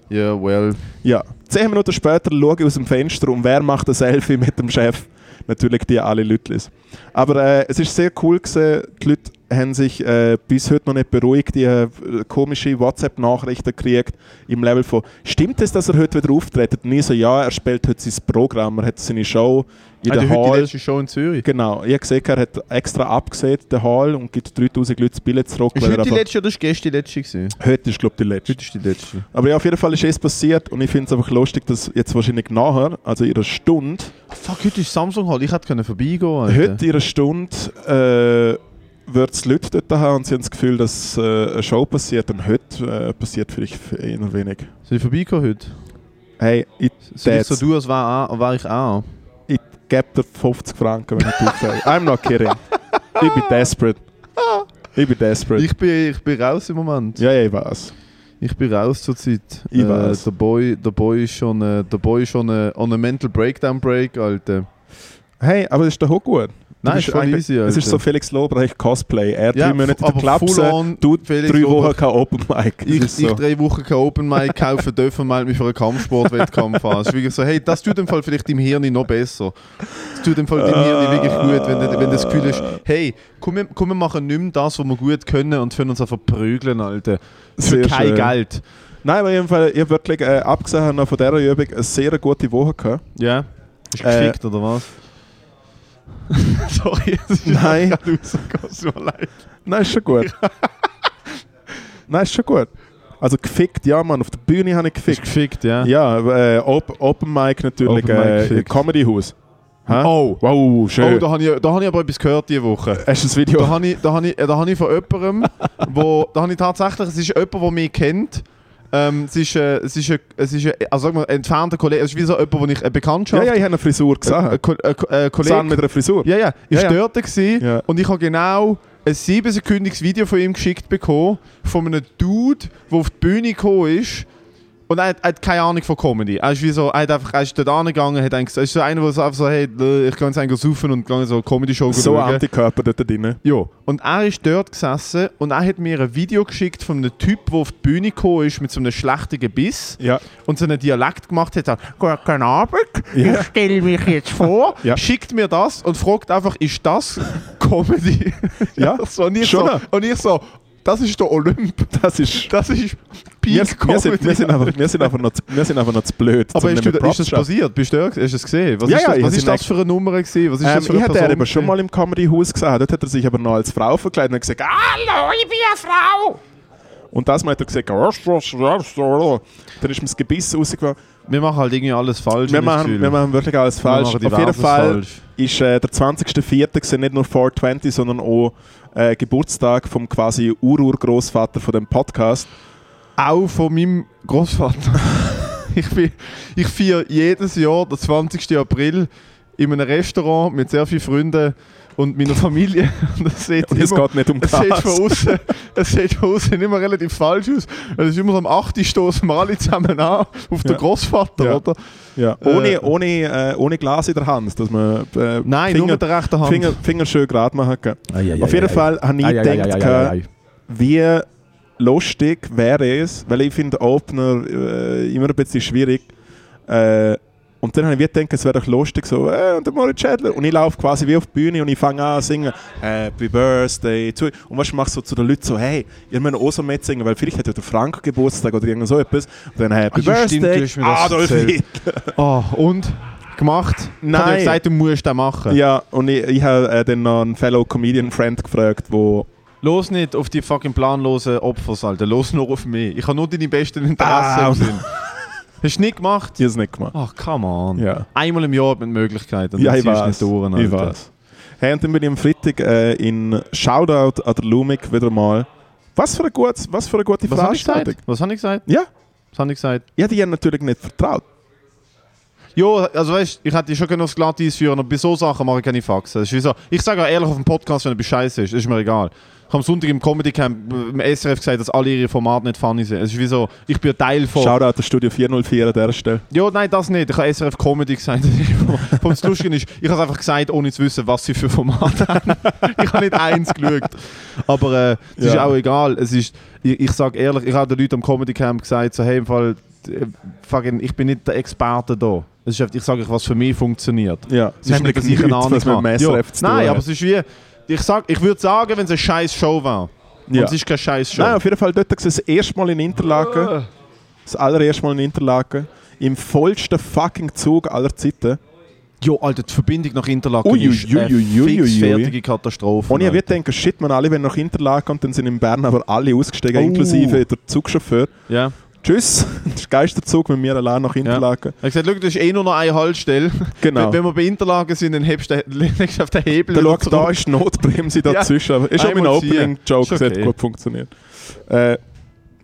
Speaker 1: Ja, well.
Speaker 2: Ja. Zehn Minuten später schaue ich aus dem Fenster und wer macht ein Selfie mit dem Chef? Natürlich die alle Lütlis. Aber äh, es ist sehr cool gewesen. Die Leute haben sich äh, bis heute noch nicht beruhigt. Die haben äh, komische WhatsApp-Nachrichten gekriegt im Level von «Stimmt es, dass er heute wieder auftritt?» Und ich so «Ja, er spielt heute sein Programm, er hat seine Show in
Speaker 1: Hat heute
Speaker 2: der
Speaker 1: die
Speaker 2: Hall.»
Speaker 1: letzte Show in Zürich?
Speaker 2: Genau. Ich habe gesehen, er hat extra abgesehen, der Hall, und gibt 3000 Leute das Billett zurück.
Speaker 1: Ist
Speaker 2: weil er
Speaker 1: heute die
Speaker 2: einfach-
Speaker 1: letzte oder ist gestern die letzte gewesen?
Speaker 2: Heute ist, glaube ich, die letzte.
Speaker 1: Heute ist die letzte.
Speaker 2: Aber ja, auf jeden Fall ist es passiert und ich finde es einfach lustig, dass jetzt wahrscheinlich nachher, also in einer Stunde,
Speaker 1: Fuck, heute ist Samsung halt. Ich hätte können vorbeigehen Alter.
Speaker 2: heute in einer Stunde äh, wird es Leute dort haben und sie haben das Gefühl, dass äh, eine Show passiert und heute äh, passiert vielleicht eher wenig.
Speaker 1: Soll ich vorbeikommen heute?
Speaker 2: Hey, ich,
Speaker 1: Soll ich
Speaker 2: That's-
Speaker 1: so du, als wäre wär ich auch?
Speaker 2: ich gebe dir 50 Franken, wenn ich
Speaker 1: [laughs]
Speaker 2: dich aufteile. I'm not kidding. Ich bin desperate. Ich bin desperate.
Speaker 1: Ich bin, ich bin raus im Moment.
Speaker 2: ja, ja, ich weiß.
Speaker 1: Ich bin raus zur Zeit. Äh,
Speaker 2: Ich weiß.
Speaker 1: Der Boy, der Boy ist schon, äh, der Boy ist schon äh, on a mental breakdown break, Alter.
Speaker 2: Hey, aber das ist doch auch gut. Du
Speaker 1: Nein,
Speaker 2: bist
Speaker 1: ist voll
Speaker 2: eigentlich-
Speaker 1: easy, Alter.
Speaker 2: Es ist so Felix Lobrecht Cosplay. Er
Speaker 1: Ja,
Speaker 2: drei Monate in
Speaker 1: aber
Speaker 2: der
Speaker 1: full
Speaker 2: Klapse,
Speaker 1: on
Speaker 2: du
Speaker 1: Felix
Speaker 2: drei Wochen
Speaker 1: Lobrecht.
Speaker 2: kein Open Mic. Das
Speaker 1: Ich,
Speaker 2: ist so.
Speaker 1: ich drei Wochen kein Open Mic kaufen dürfen und melde mich für einen Kampfsportwettkampf an. Es ist wirklich so, hey, das tut im Fall vielleicht im Hirn noch besser. Das tut im Fall deinem Hirn wirklich gut, wenn, du- wenn das Gefühl ist, hey, komm, wir- komm, wir machen nicht mehr das, was wir gut können und können uns einfach prügeln, Alter. Für
Speaker 2: Sehr
Speaker 1: kein
Speaker 2: schön.
Speaker 1: Geld.
Speaker 2: Nein, aber jedenfalls, ich habe wirklich, äh, abgesehen noch von dieser Übung, eine sehr gute Woche gehabt.
Speaker 1: Ja? Ist
Speaker 2: Äh,
Speaker 1: gefickt, oder was? [laughs] Sorry, es ist
Speaker 2: Nein.
Speaker 1: gerade rausgekommen, es tut mir leid.
Speaker 2: Nein, ist
Speaker 1: [laughs]
Speaker 2: schon gut. Nein, ist schon gut. Also gefickt, ja Mann, auf der Bühne habe ich
Speaker 1: Ist
Speaker 2: gefickt.
Speaker 1: gefickt, ja.
Speaker 2: Ja, äh, Op Open Mic natürlich,
Speaker 1: Open Mic
Speaker 2: äh,
Speaker 1: gefickt.
Speaker 2: Comedy House. Hä?
Speaker 1: Oh.
Speaker 2: Wow, schön.
Speaker 1: Oh, da habe ich, da hab ich aber etwas gehört diese Woche.
Speaker 2: Hast du das Video?
Speaker 1: Da habe ich, da hab ich, äh, da hab ich von jemandem, wo, da habe ich tatsächlich, es ist jemand, der mich kennt. Ähm, es ist, äh, es ist, äh, es ist äh, also sag mal, ein entfernter Kollege, es ist wie so jemand, wo ich eine
Speaker 2: ja,
Speaker 1: Bekanntschaft,
Speaker 2: ja, ich habe eine Frisur
Speaker 1: Ein,
Speaker 2: gesehen.
Speaker 1: Ko- ein Ko- ein
Speaker 2: Gesehen
Speaker 1: Kollege,
Speaker 2: mit einer Frisur.
Speaker 1: Äh, ja, ja, ich
Speaker 2: Ja, ja.
Speaker 1: war dort gewesen,
Speaker 2: Ja.
Speaker 1: und ich habe genau ein siebensekündiges Video von ihm geschickt bekommen, von einem Dude, der auf die Bühne gekommen ist, und er hat, er hat keine Ahnung von Comedy. Er ist wie so, er hat einfach, er ist dort angegangen, hat eigentlich, er ist so einer, der so einfach so, hey, ich kann jetzt eigentlich saufen und gehe so eine Comedy-Show
Speaker 2: So
Speaker 1: schauen.
Speaker 2: Antikörper dort drin.
Speaker 1: Ja, und er ist dort gesessen und er hat mir ein Video geschickt von einem Typ, der auf die Bühne gekommen ist mit so einem schlechten Gebiss
Speaker 2: Ja.
Speaker 1: und so einen Dialekt gemacht hat. Er sagt, Guten Abend,
Speaker 2: Ja.
Speaker 1: ich stelle mich jetzt vor,
Speaker 2: Ja.
Speaker 1: schickt mir das und fragt einfach, ist
Speaker 2: [laughs]
Speaker 1: das Comedy?
Speaker 2: Ja,
Speaker 1: [laughs] so, und, ich
Speaker 2: schon.
Speaker 1: so, und ich so, das ist der Olymp,
Speaker 2: Das
Speaker 1: [laughs]
Speaker 2: ist...
Speaker 1: das ist
Speaker 2: Wir,
Speaker 1: Peak
Speaker 2: wir, sind, wir, sind einfach, wir, sind einfach noch, zu- wir sind einfach noch zu blöd.
Speaker 1: aber
Speaker 2: zum
Speaker 1: ist, du, ist
Speaker 2: nehmen
Speaker 1: das
Speaker 2: Props ab.
Speaker 1: passiert? Bist du da? Hast du das gesehen? Was
Speaker 2: Ja,
Speaker 1: ist
Speaker 2: ja,
Speaker 1: das,
Speaker 2: ich
Speaker 1: was
Speaker 2: hab
Speaker 1: ist
Speaker 2: den
Speaker 1: das für eine Nummer? Gewesen? Was ist
Speaker 2: Ähm,
Speaker 1: das für
Speaker 2: ich
Speaker 1: eine
Speaker 2: hatte er
Speaker 1: Person
Speaker 2: aber schon mal im Comedy House gesehen. Dort hat er sich aber noch als Frau verkleidet und hat gesagt, "Ah!" Hallo, ich bin eine Frau. Und das Mal hat er gesagt, "Rost, rost, rost, rost." dann ist mir das Gebiss rausgegangen.
Speaker 1: Wir machen halt irgendwie alles falsch.
Speaker 2: Wir
Speaker 1: hab ich das
Speaker 2: machen,
Speaker 1: Gefühl.
Speaker 2: wir machen wirklich alles
Speaker 1: Wir
Speaker 2: falsch.
Speaker 1: machen
Speaker 2: Auf jeden
Speaker 1: diverses
Speaker 2: Fall
Speaker 1: falsch.
Speaker 2: ist äh, der 20.04. gewesen, nicht nur 420, sondern auch äh, Geburtstag vom quasi Ururgroßvater von dem Podcast.
Speaker 1: Auch von meinem Großvater. [laughs] ich, bin- ich feiere jedes Jahr den 20. April in einem Restaurant mit sehr vielen Freunden und meiner Familie. [laughs] Und das sieht
Speaker 2: Und es
Speaker 1: immer,
Speaker 2: geht nicht um
Speaker 1: es sieht von
Speaker 2: Gas.
Speaker 1: außen, es sieht von außen immer relativ falsch aus. Es ist immer so am 8. stoßen wir alle zusammen an auf den
Speaker 2: Ja.
Speaker 1: Großvater,
Speaker 2: Ja.
Speaker 1: oder?
Speaker 2: Ja. Ohne, ohne, äh, ohne Glas in der Hand, dass man äh,
Speaker 1: Äh. Nein, nur
Speaker 2: Finger,
Speaker 1: mit der rechten Hand.
Speaker 2: Finger, Finger schön gerade machen kann.
Speaker 3: Auf
Speaker 2: Auf jeden Fall habe ich gedacht, gehabt,
Speaker 3: Ei,
Speaker 2: wie lustig wäre es, weil ich finde Opener äh, immer ein bisschen schwierig. Äh, und dann habe ich wie gedacht, es wäre doch lustig, so, äh, und der Moritz Schädler. Und ich laufe quasi wie auf die Bühne und ich fange an zu singen, Happy Birthday to you. Und was machst du so zu den Leuten so, hey, ihr müsst auch so mitsingen, weil vielleicht hat ja der Frank Geburtstag oder irgend so etwas. Und dann Happy
Speaker 1: Ah, ja, stimmt, du
Speaker 2: Birthday,
Speaker 1: hast mir das
Speaker 2: Adolf
Speaker 1: erzählt.
Speaker 2: Hitler.
Speaker 1: Ah, und? Gemacht? Ich habe
Speaker 2: Nein.
Speaker 1: gesagt, du musst das machen.
Speaker 2: Ja, und ich, ich habe äh, dann noch einen Fellow Comedian Friend gefragt, wo
Speaker 1: Los nicht auf die fucking planlosen Opfer, Alter. Los nur auf mich. Ich habe nur deine besten Interessen
Speaker 2: Ah.
Speaker 1: im Sinn. Hast du nicht gemacht?
Speaker 2: die es nicht gemacht
Speaker 1: Ach, come on.
Speaker 2: Ja.
Speaker 1: Einmal im Jahr hat man die Möglichkeit. Und
Speaker 2: Ja,
Speaker 1: dann
Speaker 2: ich
Speaker 1: ziehst du
Speaker 2: weiß.
Speaker 1: nicht durch,
Speaker 2: Ich
Speaker 1: Alter.
Speaker 2: weiß. Hey, und dann bin ich am Freitag äh, in Shoutout an der Lumik wieder mal. Was für eine, gutes, was für eine gute
Speaker 1: Was habe ich
Speaker 2: Veranstaltung.
Speaker 1: gesagt? Was habe ich gesagt?
Speaker 2: Ja,
Speaker 1: Was habe ich gesagt?
Speaker 2: ich hätte ihr natürlich nicht vertraut.
Speaker 1: Jo, also weißt du, ich hätte dich schon gerne aufs Glatteis führen, aber bei so Sachen mache ich keine Faxen. Das ist wie so, ich sage auch ehrlich auf dem Podcast, wenn etwas scheiße ist, ist mir egal. Ich habe am Sonntag im Comedy Camp äh, im SRF gesagt, dass alle ihre Formate nicht funny sind. Es ist wie so, ich bin Teil von.
Speaker 2: Shoutout an Studio 404 an der Stelle.
Speaker 1: Ja, nein, das nicht. Ich habe SRF Comedy gesagt. [laughs] Vom Lustigen ist, ich habe es einfach gesagt, ohne zu wissen, was sie für Formate [laughs] haben. Ich habe nicht eins geschaut. Aber äh, es ist
Speaker 2: Ja.
Speaker 1: auch egal. Es ist, ich, ich sage ehrlich, ich habe den Leuten am Comedy Camp gesagt, so, hey, im Fall, äh, fucking, ich bin nicht der Experte da. Es ist einfach, ich sage euch, was für mich funktioniert.
Speaker 2: Ja,
Speaker 1: Es ist nicht, dass ich eine Ahnung
Speaker 2: was mit dem
Speaker 1: habe.
Speaker 2: SRF zu tun
Speaker 1: Nein,
Speaker 2: hat.
Speaker 1: aber es ist wie, ich, sag, ich würde sagen, wenn es eine scheiß Show war. Und
Speaker 2: Ja.
Speaker 1: es ist keine scheiß Show.
Speaker 2: Nein, auf jeden Fall dort war das erste Mal in Interlaken.
Speaker 1: Ah.
Speaker 2: Das allererste Mal in Interlaken. Im vollsten fucking Zug aller Zeiten.
Speaker 1: Jo, Alter, die Verbindung nach Interlaken
Speaker 2: Ui,
Speaker 1: ist
Speaker 2: ui,
Speaker 1: eine
Speaker 2: ui, ui, ui, ui.
Speaker 1: fixfertige Katastrophe.
Speaker 2: Und ich
Speaker 1: Alter.
Speaker 2: würde denken, shit, man, alle wollen nach Interlaken und dann sind in Bern aber alle ausgestiegen,
Speaker 1: Oh.
Speaker 2: inklusive der Zugchauffeur.
Speaker 1: Ja.
Speaker 2: Tschüss, [laughs] das ist Geisterzug mit mir allein nach Interlaken.
Speaker 1: Er hat gesagt, schau, das ist eh nur noch eine Haltestelle.
Speaker 2: Genau.
Speaker 1: Wenn, wenn wir bei Interlagen sind, dann hebst du den- [laughs] legst du auf den Hebel.
Speaker 2: Dann
Speaker 1: wieder
Speaker 2: schau, da [laughs]
Speaker 1: zurück.
Speaker 2: ist die Notbremse dazwischen. Ist schon mein
Speaker 1: Einmal ziehen.
Speaker 2: Opening-Joke,
Speaker 1: Ist
Speaker 2: es
Speaker 1: okay.
Speaker 2: hat gut funktioniert. Äh,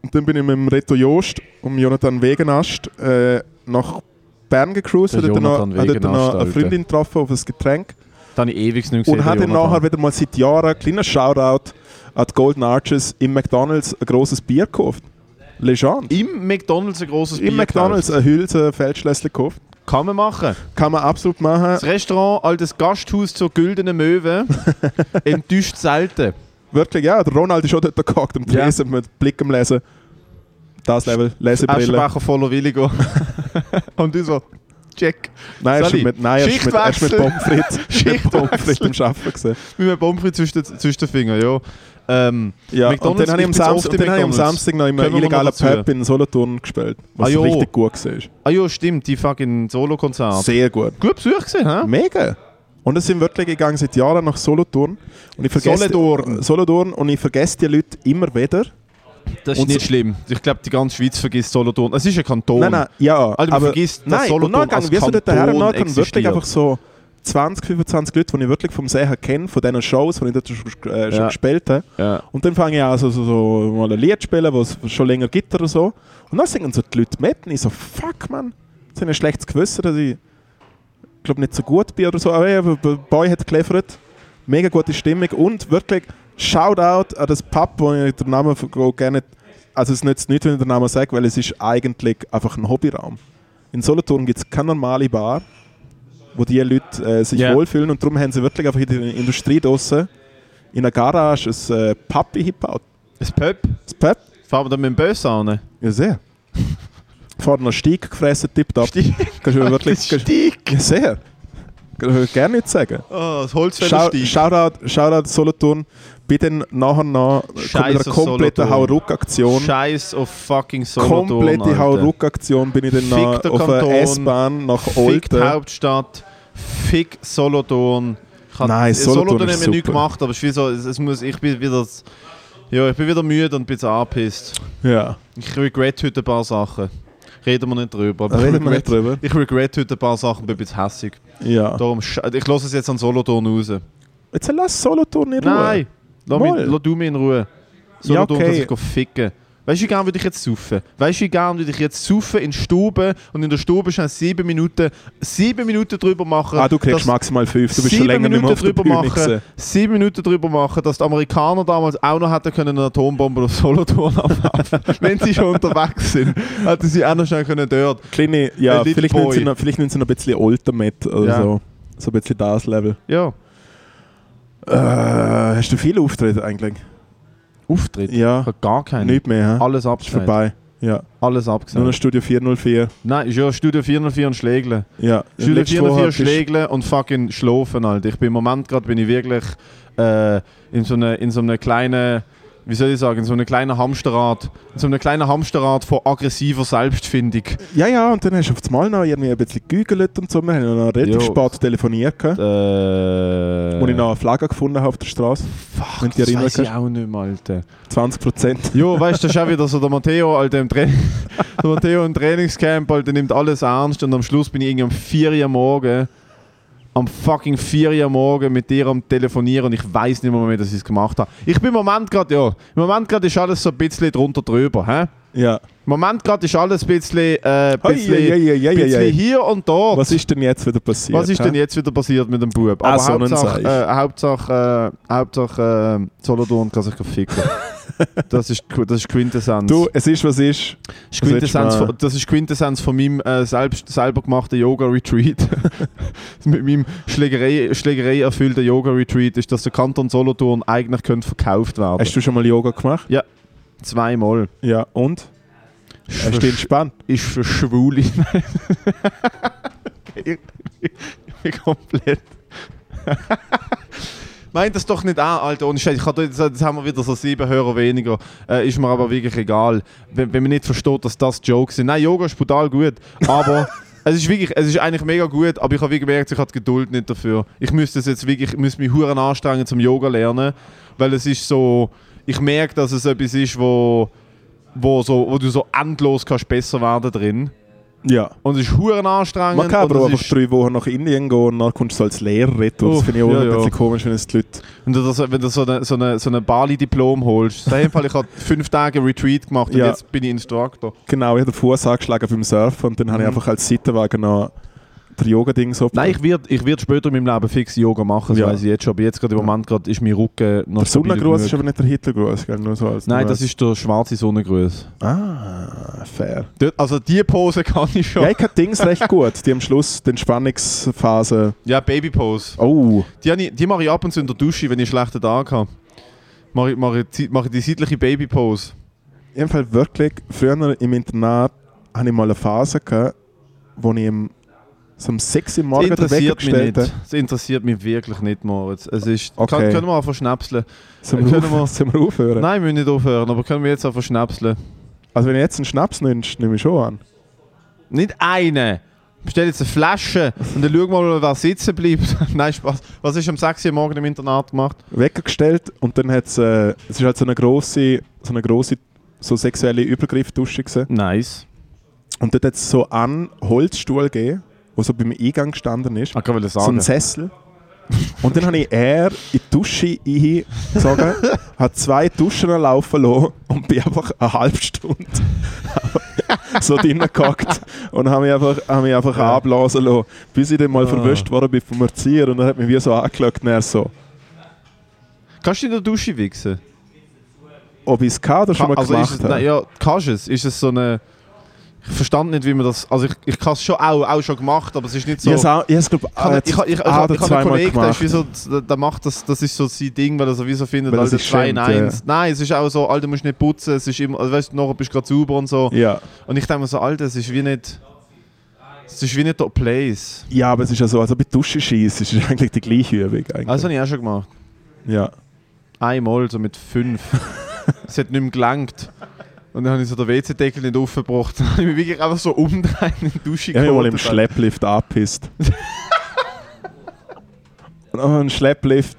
Speaker 2: und dann bin ich mit dem Reto Jost und dem Jonathan Wegenast äh, nach Bern gecruised,
Speaker 1: Der
Speaker 2: hat dort noch,
Speaker 1: Jonathan
Speaker 2: hat dort noch
Speaker 1: Wegenast,
Speaker 2: eine
Speaker 1: Alter.
Speaker 2: Freundin getroffen auf ein Getränk
Speaker 1: Da habe ich ewig nicht gesehen.
Speaker 2: und hat
Speaker 1: den
Speaker 2: dann
Speaker 1: Jonathan.
Speaker 2: nachher wieder mal seit Jahren, einen kleinen Shoutout an die Golden Arches, im McDonalds ein grosses Bier gekauft. Legende.
Speaker 1: Im McDonalds ein grosses Bier
Speaker 2: Im McDonalds
Speaker 1: gekauft.
Speaker 2: eine Hülse Feldschlössli gekauft.
Speaker 1: Kann man machen.
Speaker 2: Kann man absolut machen.
Speaker 1: Das Restaurant, altes Gasthaus zur Güldenen
Speaker 2: [laughs]
Speaker 1: Möwe, enttäuscht selten.
Speaker 2: Wirklich, ja, der Ronald ist auch dort gehockt am
Speaker 1: Ja.
Speaker 2: Tresen mit Blick am Lesen. Das Level, Lesebrille.
Speaker 1: Aschenbecher voller Willigo. [laughs] Und du so, check.
Speaker 2: Nein, er ist
Speaker 1: Sally,
Speaker 2: mit, nein, er ist mit, er ist mit
Speaker 1: Schichtwechsel.
Speaker 2: Pommes
Speaker 1: [laughs]
Speaker 2: frites, mit Pommes frites am Arbeiten gewesen.
Speaker 1: Mit einem Pommes zwischen, zwischen den Fingern, ja. Ähm,
Speaker 2: Ja, und
Speaker 1: McDonald's
Speaker 2: dann habe ich am
Speaker 1: gibt's jetzt
Speaker 2: Samst-
Speaker 1: oft
Speaker 2: und
Speaker 1: im
Speaker 2: dann habe ich am
Speaker 1: McDonald's.
Speaker 2: Samstag noch in einem
Speaker 1: Kommen wir noch
Speaker 2: illegalen
Speaker 1: dazu.
Speaker 2: Pub in Solothurn gespielt, was
Speaker 1: Ah, jo.
Speaker 2: richtig gut war.
Speaker 1: ah ja, stimmt, die fucking Solo-Konzert.
Speaker 2: Sehr gut.
Speaker 1: Gut besucht gesehen, hä?
Speaker 2: Mega. Und es sind wirklich gegangen seit Jahren nach Solothurn. Und ich vergesse,
Speaker 1: Solothurn.
Speaker 2: Solothurn. Und ich vergesse die Leute immer wieder.
Speaker 1: Das
Speaker 2: Und so-
Speaker 1: schlimm. Ich glaube, die ganze Schweiz vergisst Solothurn. Es ist ein Kanton.
Speaker 2: Nein, nein, ja.
Speaker 1: Alter, man vergisst, dass
Speaker 2: nein, und
Speaker 1: Solothurn
Speaker 2: dann
Speaker 1: als
Speaker 2: gehen wir so dort her und
Speaker 1: Kanton
Speaker 2: dann kommen wirklich
Speaker 1: existiert.
Speaker 2: einfach so 20, 25 Leute, die ich wirklich vom Sehen her kenne, von diesen Shows, die ich dort schon, äh, schon
Speaker 1: Ja.
Speaker 2: gespielt habe.
Speaker 1: Ja.
Speaker 2: Und dann fange ich an, so, so, so mal ein Lied zu spielen, was es schon länger gibt oder so. Und dann singen so die Leute mit und ich so, fuck, man, das ist ein schlechtes Gewissen, dass ich, glaube nicht so gut bin oder so. Aber ja, der Boy hat geliefert. Mega gute Stimmung und wirklich Shoutout an das Pub, wo ich den Namen von- go- gerne nicht. Also es nützt nichts, wenn ich den Namen sage, weil es ist eigentlich einfach ein Hobbyraum. In Solothurn gibt es keine normale Bar, wo die Leute äh, sich
Speaker 1: Ja.
Speaker 2: wohlfühlen und darum haben sie wirklich einfach in der Industrie draussen in einer Garage ein äh, Pub eingebaut.
Speaker 1: Ein Pöpp.
Speaker 2: Das Pub?
Speaker 1: Fahren wir dann mit dem Böss an?
Speaker 2: Ja, sehr. [laughs] Vorne noch Steak gefressen, tipptopp.
Speaker 1: Stieg.
Speaker 2: Kannst du mir wirklich...
Speaker 1: [laughs]
Speaker 2: kannst-
Speaker 1: Stieg.
Speaker 2: Ja, sehr. Kann ich gerne nicht sagen.
Speaker 1: Oh, das
Speaker 2: Schau,
Speaker 1: Holzfällerstieg.
Speaker 2: Shoutout, Shoutout Solothurn. Bitte nachher noch kommt mit einer
Speaker 1: Scheiße,
Speaker 2: kompletten
Speaker 1: Solothurn.
Speaker 2: Hauruck-Aktion.
Speaker 1: Scheiß auf fucking Solothurn,
Speaker 2: Komplette
Speaker 1: Alter.
Speaker 2: Hauruck-Aktion bin ich dann noch
Speaker 1: Fick der
Speaker 2: auf der
Speaker 1: Kanton.
Speaker 2: S-Bahn nach
Speaker 1: Fick die
Speaker 2: Olten.
Speaker 1: Hauptstadt. Fick Solothurn. Ich hab-
Speaker 2: Nein, Solothurn
Speaker 1: haben
Speaker 2: ist
Speaker 1: wir nichts
Speaker 2: super.
Speaker 1: gemacht, aber es ist wie so, es, es muss, ich bin wieder... Ja, ich bin wieder müde und bin angepisst.
Speaker 2: Ja.
Speaker 1: Ich regret heute ein paar Sachen. Reden wir nicht drüber. Aber
Speaker 2: Reden
Speaker 1: ich [laughs]
Speaker 2: wir nicht
Speaker 1: regret-
Speaker 2: drüber.
Speaker 1: Ich regret heute ein paar Sachen, bin ein bisschen hässig.
Speaker 2: Ja.
Speaker 1: Darum, sch- ich lasse es jetzt an Solothurn raus.
Speaker 2: Jetzt lass Solothurn in Ruhe.
Speaker 1: Nein! Lass, mich,
Speaker 2: Mal.
Speaker 1: lass du mich in Ruhe. So
Speaker 2: Ja,
Speaker 1: ja, okay.
Speaker 2: okay.
Speaker 1: kann sich go ficken. Weißt du, wie gerne würde ich jetzt saufen? Weißt du, wie gerne würde ich jetzt saufen in die Stube und in der Stube schon sieben Minuten, sieben Minuten drüber machen.
Speaker 2: Ah, du kriegst
Speaker 1: dass-
Speaker 2: maximal fünf. Du bist
Speaker 1: sieben
Speaker 2: schon länger nicht
Speaker 1: Minuten
Speaker 2: mehr auf der
Speaker 1: drüber
Speaker 2: Bühne
Speaker 1: machen,
Speaker 2: gewesen.
Speaker 1: Sieben Minuten drüber machen, dass die Amerikaner damals auch noch hätten können eine Atombombe auf Solothurn
Speaker 2: [laughs]
Speaker 1: abwerfen Wenn sie schon unterwegs sind, hätten sie auch noch schnell können dort.
Speaker 2: Kleine, ja,
Speaker 1: A little
Speaker 2: vielleicht nimmt, sie
Speaker 1: boy.
Speaker 2: noch, vielleicht nimmt sie noch ein bisschen Ultimate oder
Speaker 1: Ja.
Speaker 2: so. So ein bisschen das Level.
Speaker 1: Ja,
Speaker 2: Äh, hast du viele Auftritte eigentlich?
Speaker 1: Auftritt.
Speaker 2: Ja,
Speaker 1: Ich habe gar keinen.
Speaker 2: nicht mehr. hä?
Speaker 1: Alles
Speaker 2: Ist
Speaker 1: abgeschnitten.
Speaker 2: vorbei. Ja,
Speaker 1: Alles
Speaker 2: nur noch
Speaker 1: abgesagt.
Speaker 2: Studio 404.
Speaker 1: Nein, ist ja Studio 404 und Schlägle.
Speaker 2: Ja,
Speaker 1: Studio
Speaker 2: letzte Woche
Speaker 1: 404
Speaker 2: bist-
Speaker 1: Schlägle und fucking schlafen, Alter. Ich bin im Moment gerade bin ich wirklich äh, in so einer in so einer kleinen wie soll ich sagen, in so einem kleinen Hamsterrad, in so einem kleinen Hamsterrad von aggressiver Selbstfindung.
Speaker 2: Ja, ja, und dann hast du auf das Mal noch irgendwie ein bisschen gegügelt und so. Wir haben noch relativ
Speaker 1: Jo.
Speaker 2: spät telefoniert, gehabt,
Speaker 1: Äh,
Speaker 2: wo ich noch eine Flagge gefunden habe auf der Straße.
Speaker 1: Fuck,
Speaker 2: wenn du dich
Speaker 1: das
Speaker 2: erinnern
Speaker 1: weiss ich
Speaker 2: kannst.
Speaker 1: auch nicht mehr, Alter.
Speaker 2: 20 Prozent.
Speaker 1: Jo, weißt du, das ist auch wieder so der Matteo, Alter, im, Tra [laughs] der Matteo im Trainingscamp, Alter, nimmt alles ernst und am Schluss bin ich irgendwie um 4 Uhr morgen, am fucking 4 Uhr morgen mit dir am Telefonieren und ich weiß nicht mehr, mehr dass ich es gemacht habe. Ich bin im Moment gerade, ja, im Moment gerade ist alles so ein bisschen drunter drüber, hä?
Speaker 2: Ja.
Speaker 1: Im Moment gerade ist alles ein bisschen, äh, ein
Speaker 2: Hoi,
Speaker 1: bisschen,
Speaker 2: ei, ei, ei, ei, ei,
Speaker 1: bisschen
Speaker 2: ei.
Speaker 1: hier und dort.
Speaker 2: Was ist denn jetzt wieder passiert?
Speaker 1: Was ist
Speaker 2: hä?
Speaker 1: denn jetzt wieder passiert mit dem Bub?
Speaker 2: Ah,
Speaker 1: Aber
Speaker 2: so ein
Speaker 1: Hauptsache,
Speaker 2: Seich.
Speaker 1: äh, Hauptsache, äh, Hauptsache äh, Solothurn kann sich ficken.
Speaker 2: [laughs]
Speaker 1: das, ist, das ist Quintessenz.
Speaker 2: Du, es ist, was ist.
Speaker 1: das, ist Quintessenz
Speaker 2: das letzte Mal-
Speaker 1: von, das ist Quintessenz von meinem äh, selbst, selber gemachten Yoga-Retreat. [laughs] mit meinem Schlägerei, Schlägerei erfüllten Yoga-Retreat ist, dass der Kanton Solothurn eigentlich könnte verkauft werden
Speaker 2: Hast du schon mal Yoga gemacht?
Speaker 1: Zweimal.
Speaker 2: Ja, und?
Speaker 1: Ist
Speaker 2: Hast du
Speaker 1: für,
Speaker 2: entspannt?
Speaker 1: ist für Schwule. [laughs] ich bin komplett. [laughs] Meint das doch nicht an, Alter. Ohne Scheiß. Ich hab da, jetzt, jetzt haben wir wieder so sieben Hörer weniger. Äh, ist mir aber wirklich egal, wenn, wenn man nicht versteht, dass das Jokes sind. Nein, Yoga ist brutal gut, [laughs] aber es ist wirklich, es ist eigentlich mega gut, aber ich habe gemerkt, ich habe die Geduld nicht dafür. Ich müsste es jetzt wirklich, ich müsste mich huren anstrengen zum Yoga lernen, weil es ist so, ich merke, dass es etwas ist, wo, wo, so, wo du so endlos kannst besser werden drin.
Speaker 2: Ja.
Speaker 1: Und es ist huren anstrengend.
Speaker 2: Man kann
Speaker 1: und
Speaker 2: aber
Speaker 1: es
Speaker 2: auch einfach
Speaker 1: ist-
Speaker 2: drei Wochen nach Indien gehen und dann kommst du so als Lehrer retour. Das
Speaker 1: Uff,
Speaker 2: finde ich auch
Speaker 1: ja,
Speaker 2: ein
Speaker 1: ja.
Speaker 2: bisschen komisch, wenn es die Leute...
Speaker 1: Wenn du, das, wenn du so ein so eine, so eine Bali-Diplom holst. In dem Fall, ich habe [laughs] fünf Tage Retreat gemacht und
Speaker 2: Ja.
Speaker 1: jetzt bin ich Instructor.
Speaker 2: Genau, ich habe den Fuß angeschlagen beim Surfen und dann habe ich
Speaker 1: Mhm.
Speaker 2: einfach als Seitenwagen noch der Yoga-Ding so...
Speaker 1: Nein, ich werde ich werd später in meinem Leben fix Yoga machen, das
Speaker 2: Ja.
Speaker 1: weiss ich jetzt schon. Aber jetzt gerade im Moment grad ist mein Rücken noch
Speaker 2: Der
Speaker 1: stabil
Speaker 2: Sonnengruß ist
Speaker 1: genug.
Speaker 2: aber nicht der Hitlergruß, gell? Nur so als
Speaker 1: Nein,
Speaker 2: Gruß.
Speaker 1: das ist der schwarze Sonnengruß.
Speaker 2: Ah, fair.
Speaker 1: Dort- Also die Pose [laughs] kann ich schon.
Speaker 2: Ja, ich kann Dings recht gut. Die am Schluss, die Entspannungsphase...
Speaker 1: Ja, Babypose.
Speaker 2: Oh,
Speaker 1: Die, hab ich- die mache ich ab und zu in der Dusche, wenn ich einen schlechten Tag habe. Mache ich, mache ich, die- mache ich die seitliche Babypose.
Speaker 2: im Fall wirklich, früher im Internat hatte ich mal eine Phase, gehabt, wo ich im, so um 6 Uhr
Speaker 1: Das
Speaker 2: morgens den Wecker
Speaker 1: interessiert mich
Speaker 2: gestellt
Speaker 1: nicht.
Speaker 2: habe.
Speaker 1: Das interessiert mich wirklich nicht, Moritz. Es ist,
Speaker 2: Okay.
Speaker 1: kann, können wir auch verschnäpseln.
Speaker 2: Sollen
Speaker 1: Können
Speaker 2: wir,
Speaker 1: wir-
Speaker 2: aufhören? sollen wir aufhören?
Speaker 1: Nein, wir müssen nicht aufhören, aber können wir jetzt auch verschnäpseln.
Speaker 2: Also wenn du jetzt einen Schnaps nimmst, nehme ich schon an.
Speaker 1: Nicht eine. Bestell jetzt eine Flasche und dann schauen wir mal, wer sitzen bleibt. [laughs] Nein, Spaß. Was ist am 6 Uhr morgen im Internat gemacht?
Speaker 2: Wecker gestellt und dann hat es... Äh, es ist halt so eine grosse, so eine grosse so sexuelle Übergriffdusche gewesen.
Speaker 1: Nice.
Speaker 2: Und dort hat es so einen Holzstuhl gegeben, der so beim Eingang gestanden ist.
Speaker 1: Ah, kann ich
Speaker 2: so einen Sessel. Und dann habe ich er in die Dusche
Speaker 1: [laughs]
Speaker 2: eingezogen, habe zwei Duschen laufen lassen und bin einfach eine halbe Stunde so drinnen gehockt und habe mich einfach, habe mich einfach
Speaker 1: Ja.
Speaker 2: abblasen lassen, bis ich dann mal
Speaker 1: Ah.
Speaker 2: verwischt worden bin vom Erzieher und er hat mich wie so angeschaut und er so,
Speaker 1: Kannst du in der Dusche wichsen?
Speaker 2: ob ich es kann oder schon mal
Speaker 1: also
Speaker 2: gemacht
Speaker 1: ist es,
Speaker 2: habe.
Speaker 1: nein, ja, kannst du es? Ist es so eine... Ich verstand nicht, wie man das... Also ich, ich kann es schon auch, auch schon gemacht, aber es ist nicht so...
Speaker 2: Ich habe es, glaube
Speaker 1: Ich habe ich, hab- ich, hab- ich, hab- ich, hab einen Kollegen, der, ist wie so, der- der macht das, das ist so sein Ding, weil er so wie so findet,
Speaker 2: Weil er
Speaker 1: Alter,
Speaker 2: sich
Speaker 1: 2 in
Speaker 2: schämt,
Speaker 1: 1. Nein, es ist auch so, Alter, musst nicht putzen, es ist immer, also, weißt du, nachher bist du gerade sauber und so.
Speaker 2: Ja.
Speaker 1: Und ich denke mir so, Alter, es ist wie nicht. Es ist wie nicht der Place.
Speaker 2: ja, aber es ist ja so, als ob ich Dusche schieße, ist es [laughs] eigentlich die gleiche Übung. Eigentlich.
Speaker 1: Also habe ich auch schon gemacht.
Speaker 2: ja.
Speaker 1: Einmal, so mit
Speaker 2: [laughs]
Speaker 1: fünf. es hat nicht mehr gelangt. Und dann habe ich so den WC-Deckel nicht aufgebracht. Dann habe ich mich wirklich einfach so umdrehen in die Dusche
Speaker 2: Ich habe mich mal im
Speaker 1: geholt. [laughs]
Speaker 2: Schlepplift angepisst. Und dann ein Schlepplift.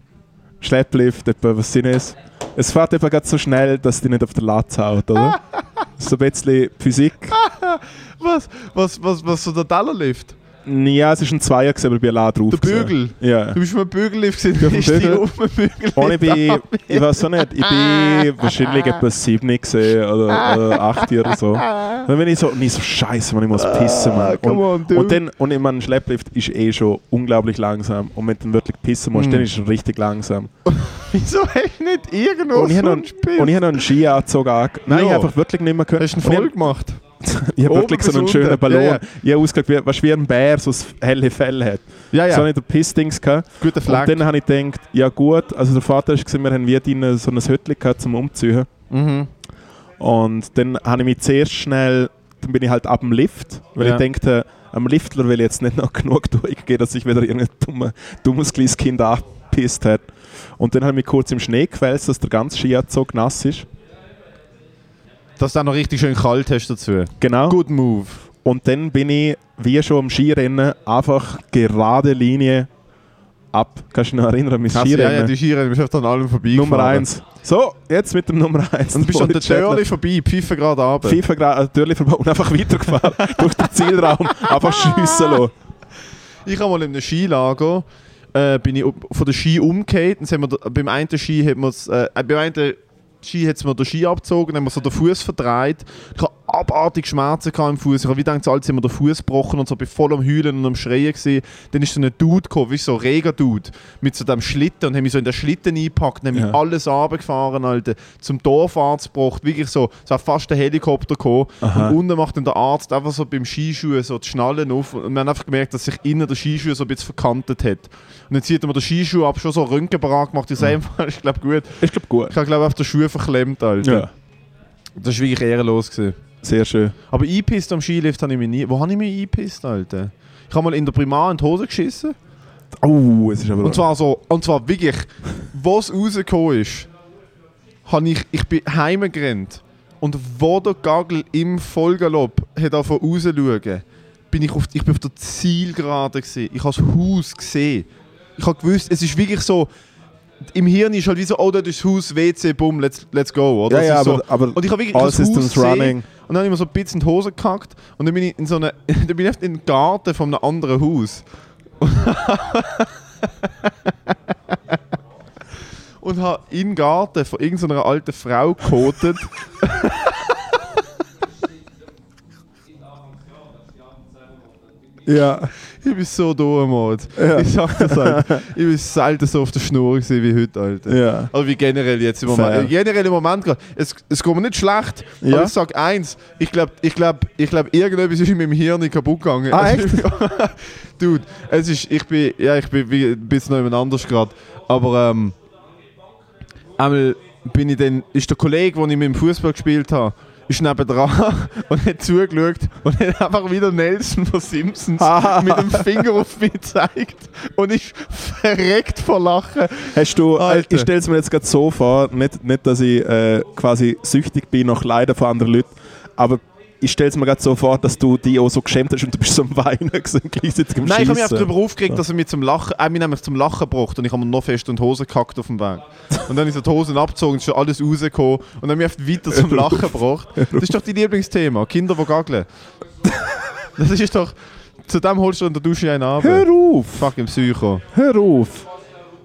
Speaker 1: [laughs]
Speaker 2: Schlepplift, etwa, was Sinn ist. Es fährt eben gerade so schnell, dass die nicht auf den Latz haut, oder? So ein bisschen Physik.
Speaker 1: was, was, was, was so der Tellerlift?
Speaker 2: Ja, es ist ein Zweier, gewesen, aber ich bin allein drauf.
Speaker 1: Der
Speaker 2: gewesen.
Speaker 1: Bügel?
Speaker 2: Ja.
Speaker 1: Du bist mal Bügellift gesehen,
Speaker 2: Ja,
Speaker 1: du
Speaker 2: vom
Speaker 1: bist die
Speaker 2: Bügel.
Speaker 1: auf dem Bügellift.
Speaker 2: Und ich [laughs] bin, ich weiß auch nicht,
Speaker 1: [laughs]
Speaker 2: ich bin wahrscheinlich etwa 7 gewesen oder, oder 8
Speaker 1: [laughs]
Speaker 2: oder so. Und dann bin ich so, und ich so, scheiße, man, ich muss pissen, man. Und,
Speaker 1: come on, dude.
Speaker 2: und dann, und ich meine, Schlepplift ist eh schon unglaublich langsam. Und wenn du dann wirklich pissen musst,
Speaker 1: Mhm.
Speaker 2: dann ist es richtig langsam.
Speaker 1: Wieso hast du nicht irgendwo
Speaker 2: Und ich habe noch,
Speaker 1: sonst
Speaker 2: und ich hab noch einen Skianzug angezogen. Nein,
Speaker 1: Ja.
Speaker 2: ich habe einfach wirklich nicht mehr können.
Speaker 1: Hast du ihn
Speaker 2: Und ich
Speaker 1: voll gemacht?
Speaker 2: hab- Ich habe
Speaker 1: Oben
Speaker 2: wirklich so
Speaker 1: bis
Speaker 2: einen schönen
Speaker 1: unten.
Speaker 2: Ballon.
Speaker 1: Ja, ja.
Speaker 2: Ich habe ausgegangen, weißt du, wie ein Bär so das helle Fell hat.
Speaker 1: Ah, Ja,
Speaker 2: So habe ich den Pissdings gehabt.
Speaker 1: Guter Flag.
Speaker 2: Und dann habe ich gedacht, ja gut, also der Vater ist gesehen, wir haben wie drinnen so ein Hütchen gehabt zum Umziehen.
Speaker 1: mhm.
Speaker 2: Und dann habe ich mich zuerst schnell, dann bin ich halt ab dem Lift, weil
Speaker 1: Ja.
Speaker 2: ich dachte, am Liftler will ich jetzt nicht noch [laughs] genug durchgehen, dass ich wieder irgendein dumme, dummes kleines Kind angepisst hat. Und dann habe ich mich kurz im Schnee gewälzt, dass der ganze Skianzug nass ist.
Speaker 1: Dass du auch noch richtig schön kalt hast dazu.
Speaker 2: Genau.
Speaker 1: Good move.
Speaker 2: Und dann bin ich, wie schon am Skirennen, einfach gerade Linie ab. Kannst du dich noch erinnern, mein
Speaker 1: Hast du- Ja, ja,
Speaker 2: Skirennen?
Speaker 1: die Skirennen, du bist einfach an allem vorbei.
Speaker 2: ne? Nummer 1. So, jetzt mit dem Nummer 1.
Speaker 1: Und du bist an der Tür vorbei, pfeifen gerade ab.
Speaker 2: FIFA gerade natürlich verbaut und äh, [laughs] einfach weitergefahren. durch den Zielraum. Einfach schiessen lassen.
Speaker 1: Ich habe mal in einem Skilager äh, bin ich ob- von der Ski umgekehrt. Dann sind wir, da- beim einen Ski hat man's, äh, äh, beim einen Ski hat mir den Ski abgezogen, dann haben wir so den Fuß verdreht. Ich habe abartig Schmerzen gehabt im Fuß. Ich habe wie gedacht, so alt sind mir den Fuß gebrochen und so bin voll am Heulen und am Schreien gewesen. Dann ist so ein Dude gekommen, wie so ein reger Dude, mit so dem Schlitten und haben mich so in den Schlitten eingepackt und haben mich
Speaker 2: Ja.
Speaker 1: alles runtergefahren, Alter. Zum Dorfarzt gebracht, wirklich so. Es hat fast ein Helikopter gekommen.
Speaker 2: Aha.
Speaker 1: Und unten macht dann der Arzt einfach so beim Skischuh so die Schnallen auf und wir haben einfach gemerkt, dass sich innen der Skischuh so ein bisschen verkantet hat. Und dann zieht er mir den Skischuh ab, schon so Röntgenberat gemacht, ich sage einfach, ich glaube gut.
Speaker 2: Ist, glaube gut.
Speaker 1: Ich habe glaube auf den Schuh verklemmt, Alter.
Speaker 2: Ja,
Speaker 1: Das war wirklich ehrenlos. Gewesen.
Speaker 2: sehr schön.
Speaker 1: Aber eingepisst am Skilift habe ich mich nie... Wo habe ich mich eingepisst, Alter? Ich habe mal in der Primar in die Hose geschissen.
Speaker 2: Oh, es ist aber...
Speaker 1: Und zwar so, und zwar wirklich, was rausgekommen ist, habe ich, ich bin heimgerannt. Und wo der Gagel im Vollgalopp hat angefangen rauszuschauen, bin ich auf, ich bin auf der Zielgerade gesehen. Ich habe das Haus gesehen. Ich habe gewusst, es ist wirklich so, im Hirn ist halt wie so, oh, das ist das Haus, WC, bumm, let's, let's go. Oder?
Speaker 2: ja,
Speaker 1: Es
Speaker 2: ja,
Speaker 1: ist so,
Speaker 2: aber, aber
Speaker 1: und ich habe wirklich
Speaker 2: all
Speaker 1: das Haus
Speaker 2: systems
Speaker 1: gesehen
Speaker 2: running.
Speaker 1: und dann habe ich mir so ein bisschen in die Hose gekackt und dann bin ich in so eine, [laughs] dann bin ich oft in den Garten von einem anderen Haus. [laughs] und habe im Garten von irgendeiner alten Frau gekotet.
Speaker 2: Ja.
Speaker 1: ich bin so dumm, Mann.
Speaker 2: Ja.
Speaker 1: Ich sag das halt. Ich bin selten so auf der Schnur gewesen wie heute, Alter.
Speaker 2: Ja.
Speaker 1: Also wie generell jetzt im
Speaker 2: Fair.
Speaker 1: Moment. Generell im Moment gerade. Es, es kommt mir nicht schlecht,
Speaker 2: Ja.
Speaker 1: aber ich sag eins, ich glaube, ich glaub, ich glaub, irgendetwas ist in meinem Hirn kaputt gegangen.
Speaker 2: Ah,
Speaker 1: [laughs] Dude, es ist, ich bin, ja, ich bin wie ein bisschen noch jemand anders gerade. Aber ähm, einmal bin ich dann, ist der Kollege, den ich mit dem Fußball gespielt habe, ist nebendran [laughs] und hat zugeschaut und hat einfach wieder Nelson von Simpsons
Speaker 2: Ah.
Speaker 1: mit dem Finger auf mich gezeigt und ist verreckt vor Lachen.
Speaker 2: Hast du, äh,
Speaker 1: Alter.
Speaker 2: ich stelle es mir jetzt gerade so vor, nicht, nicht dass ich äh, quasi süchtig bin nach Leiden von anderen Leuten, aber ich stelle es mir gerade so vor, dass du die auch so geschämt hast und du bist so am [laughs] Weinen gewesen, gleichzeitig am
Speaker 1: Nein, ich habe mich
Speaker 2: Schiessen.
Speaker 1: einfach darüber aufgeregt, dass er mich zum Lachen, äh, mich nämlich zum Lachen gebracht und ich habe mir noch fest und die Hose gekackt auf dem Weg. Und dann habe ich so die Hosen abgezogen, ist schon alles rausgekommen und dann habe ich mich einfach weiter
Speaker 2: [laughs]
Speaker 1: zum Lachen gebracht. Das ist doch dein Lieblingsthema, Kinder, die gaggeln. [laughs] Das ist doch, zu dem holst du in der Dusche einen ab.
Speaker 2: Hör auf!
Speaker 1: Fuck, im Psycho.
Speaker 2: Hör auf!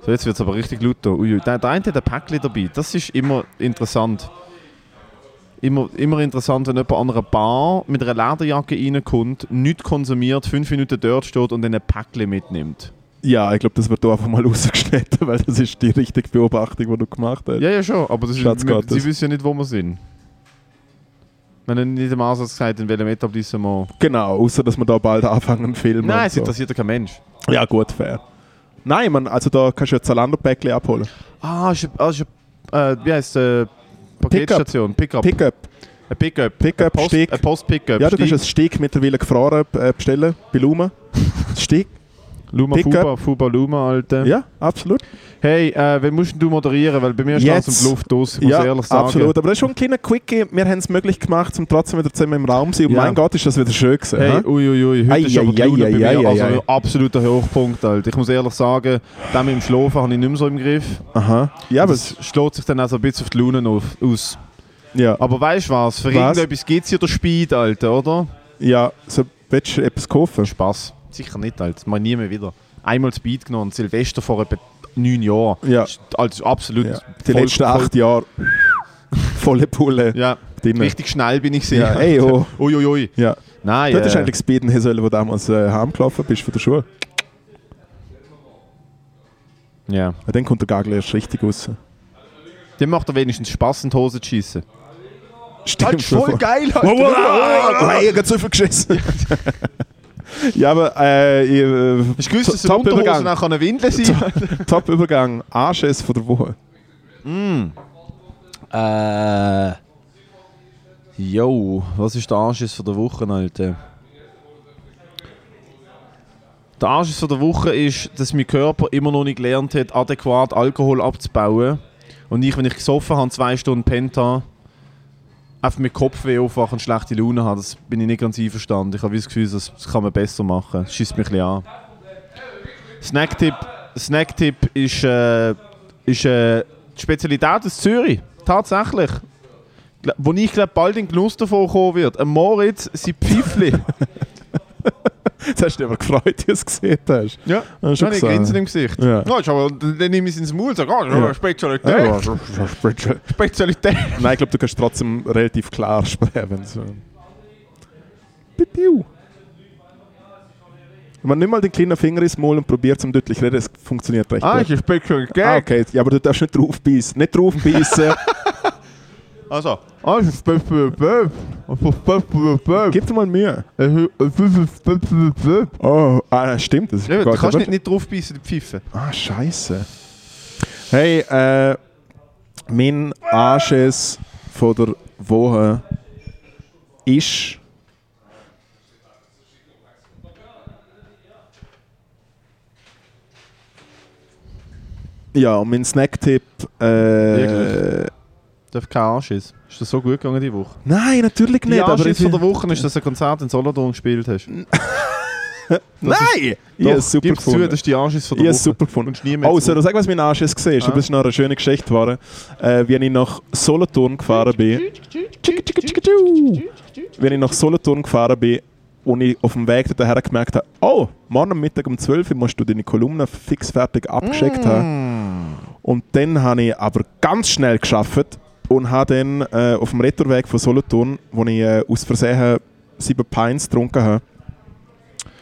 Speaker 1: So, jetzt wird es aber richtig laut hier. Uiui. Der, der eine hat ein Päckchen dabei, das ist immer interessant. Immer, immer interessant, wenn jemand an einer Bar mit einer Lederjacke reinkommt, nichts konsumiert, fünf Minuten dort steht und dann ein Päckchen mitnimmt.
Speaker 2: Ja, ich glaube, das wird hier einfach mal [laughs] rausgeschnitten, weil das ist die richtige Beobachtung, die du gemacht hast.
Speaker 1: Ja, ja, schon, aber das ist,
Speaker 2: Schatz
Speaker 1: wir,
Speaker 2: Gottes.
Speaker 1: sie wissen ja nicht, wo wir sind. Wir haben nicht im Ansatz gesagt, in welchem Etablissement.
Speaker 2: Genau, außer dass wir da bald anfangen zu filmen.
Speaker 1: Nein,
Speaker 2: und
Speaker 1: es
Speaker 2: so.
Speaker 1: interessiert ja kein Mensch.
Speaker 2: Ja, gut, fair. Nein, man, also da kannst du ja Zalando-Päckchen abholen.
Speaker 1: Ah, ist ein, ah, ist ein äh, wie heißt äh, Paketstation? Pickup.
Speaker 2: Pickup.
Speaker 1: Ein Pickup.
Speaker 2: Pickup,
Speaker 1: Post-
Speaker 2: Stick.
Speaker 1: Ein Post-Pickup.
Speaker 2: Ja, du kannst ein Stick mittlerweile gefroren äh, bestellen
Speaker 1: [laughs]
Speaker 2: bei Luma. Stick?
Speaker 1: Luma
Speaker 2: Pickup.
Speaker 1: Fuba, Fuba Luma, Alter.
Speaker 2: Ja, absolut.
Speaker 1: Hey, äh, wen musst denn du moderieren? Weil bei mir ist
Speaker 2: Jetzt.
Speaker 1: langsam die Luft aus, ich muss
Speaker 2: ja,
Speaker 1: ehrlich sagen.
Speaker 2: absolut. Aber das ist schon ein kleiner Quickie. Wir haben es möglich gemacht, um trotzdem wieder zusammen im Raum zu sein. Und
Speaker 1: Ja.
Speaker 2: mein Gott, ist das wieder schön gewesen.
Speaker 1: Hey,
Speaker 2: hä?
Speaker 1: uiuiui, heute
Speaker 2: Ei,
Speaker 1: ist aber
Speaker 2: ei,
Speaker 1: die Laune
Speaker 2: ei,
Speaker 1: bei mir
Speaker 2: ei, ei,
Speaker 1: also
Speaker 2: ei.
Speaker 1: ein absoluter Hochpunkt, Alter. Ich muss ehrlich sagen, den mit dem Schlafen habe ich nicht mehr so im Griff.
Speaker 2: Aha. Ja, aber es,
Speaker 1: das schlägt sich dann auch so ein bisschen auf die Laune auf, aus.
Speaker 2: Ja,
Speaker 1: Aber weißt du was? Für
Speaker 2: Was?
Speaker 1: irgendetwas gibt es ja der Speed, Alter, oder?
Speaker 2: ja so, willst du etwas kaufen?
Speaker 1: Spaß. Sicher nicht, Alter. Das mache ich nie mehr wieder. Einmal Speed genommen, Silvester vor etwa neun Jahren.
Speaker 2: Ja.
Speaker 1: Das ist Also absolut.
Speaker 2: Ja. Die
Speaker 1: voll-
Speaker 2: letzten
Speaker 1: voll- [laughs]
Speaker 2: acht Jahre volle Pulle
Speaker 1: Ja,
Speaker 2: drin.
Speaker 1: richtig schnell bin ich gesehen.
Speaker 2: Ja, ey, oh.
Speaker 1: [laughs] Uiuiui.
Speaker 2: Ja.
Speaker 1: Nein,
Speaker 2: Dort ist
Speaker 1: äh,
Speaker 2: eigentlich das Beten hin sollen, wo du damals äh, heimgelaufen bist von der Schule.
Speaker 1: ja.
Speaker 2: Und Ah, dann kommt der Gagel erst richtig raus.
Speaker 1: Dem macht er wenigstens Spaß, in die Hose zu schießen. [laughs]
Speaker 2: Stimmt.
Speaker 1: geil, Alter.
Speaker 2: Oh, oh, oh, oh, hey, ich hab zu viel geschissen. ja, aber äh, ich, äh,
Speaker 1: Hast du gewusst, dass
Speaker 2: Top-
Speaker 1: eine Unterhose
Speaker 2: Übergang.
Speaker 1: nachher eine Windel sein
Speaker 2: äh, Top-Übergang. Anschiss von der Woche.
Speaker 1: Äh. Yo, was ist der Anschiss von der Woche, Alter? Der Anschiss von der Woche ist, dass mein Körper immer noch nicht gelernt hat, adäquat Alkohol abzubauen. Und ich, wenn ich gesoffen habe, zwei Stunden pennt habe, einfach mit Kopfweh aufwachen und schlechte Laune habe, das bin ich nicht ganz einverstanden. Ich habe wie das Gefühl, das, das kann man besser machen. Das schießt mich ein bisschen an. Snacktipp Snacktipp ist, äh, ist äh, die Spezialität aus Zürich. Tatsächlich. Gla- Wo ich glaube, bald in den Genuss davon kommen wird. Ein Moritz, sein Pfiffli.
Speaker 2: Jetzt hast du dich aber gefreut, wie du es gesehen hast.
Speaker 1: [laughs] ja,
Speaker 2: Ja,
Speaker 1: schon ein Grinsen im Gesicht.
Speaker 2: Ja.
Speaker 1: Ja, ist aber, dann dann nehme ich es ins Maul und sage, ah, das ist aber
Speaker 2: Ja.
Speaker 1: Spezialität.
Speaker 2: Ja, so- so- so-
Speaker 1: Spezialität.
Speaker 2: Nein, ich glaube, du kannst trotzdem relativ klar sprechen. wenn So. Pipiu. Wenn man nimmt mal den kleinen Finger ins Maul und probiert zum deutlich reden, es funktioniert
Speaker 1: [laughs]
Speaker 2: recht
Speaker 1: Ah,
Speaker 2: gut.
Speaker 1: ist Spezialität.
Speaker 2: Ah, okay, ja, aber du darfst nicht draufbeißen. Nicht [laughs] draufbeißen.
Speaker 1: Also, ah, ist Spezialität.
Speaker 2: Gib dir mal Mühe.
Speaker 1: Spezialität.
Speaker 2: Oh, ah, stimmt. Das ist
Speaker 1: Ja,
Speaker 2: gar
Speaker 1: du kannst
Speaker 2: kein
Speaker 1: nicht, nicht draufbeißen, die Pfeife.
Speaker 2: Ah, scheiße. Hey, äh, mein Anschiss von der Woche ist. Ja, und mein Snacktipp. Äh,
Speaker 1: Wirklich? Darf kein Anschiss. Ist das so gut gegangen die Woche?
Speaker 2: nein, natürlich nicht.
Speaker 1: Die
Speaker 2: aber
Speaker 1: Anschiss
Speaker 2: ich,
Speaker 1: von der Woche ist, dass du ein Konzert in Solothurn gespielt hast.
Speaker 2: nein! Ich
Speaker 1: Doch,
Speaker 2: habe es super
Speaker 1: gib's zu,
Speaker 2: gefunden.
Speaker 1: das ist die Anschiss von
Speaker 2: Ich
Speaker 1: der Woche.
Speaker 2: habe es super gefunden.
Speaker 1: Und nie mehr
Speaker 2: Oh, soll ich sagen, was mein Arsch jetzt war? Ah.
Speaker 1: Ah.
Speaker 2: Das war noch eine schöne Geschichte. War, äh, wie ich nach Solothurn gefahren bin. Wenn ich nach Solothurn gefahren bin und ich auf dem Weg daher gemerkt habe, oh, morgen Mittag um 12 Uhr musst du deine Kolumne fix fertig abgeschickt
Speaker 1: Mm.
Speaker 2: haben. Und dann habe ich aber ganz schnell geschafft und habe dann äh, auf dem Retourweg von Solothurn, wo ich äh, aus Versehen sieben Pints getrunken habe,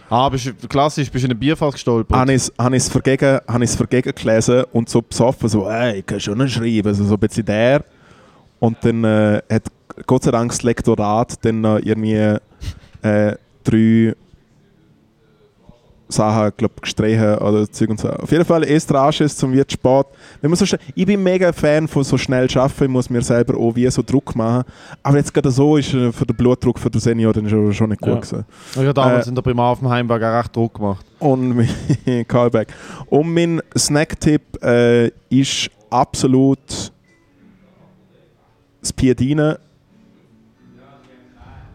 Speaker 1: Ah, bist du, klassisch, bist du in einen Bierfass gestolpert.
Speaker 2: habe ich es hab ich's vergegen, hab ich's vergegen gelesen und so besoffen, so, ey, ich kann schon noch schreiben, also so ein bisschen der. Und dann äh, hat Gott sei Dank das Lektorat dann noch irgendwie äh, drei Sachen, glaub, gestrichen oder Zeug und so. Auf jeden Fall, erster Anschiss zum wird spät. Wenn man so schnell, ich bin mega Fan von so schnell arbeiten, ich muss mir selber auch wie so Druck machen. Aber jetzt gerade so ist äh, für den Blutdruck für den Senior dann schon, schon nicht gut
Speaker 1: Ja.
Speaker 2: gewesen.
Speaker 1: ich habe damals in der Primar auf dem Heimweg auch recht Druck gemacht.
Speaker 2: Und [laughs] mein Callback. Und mein Snacktipp äh, ist absolut das Piedine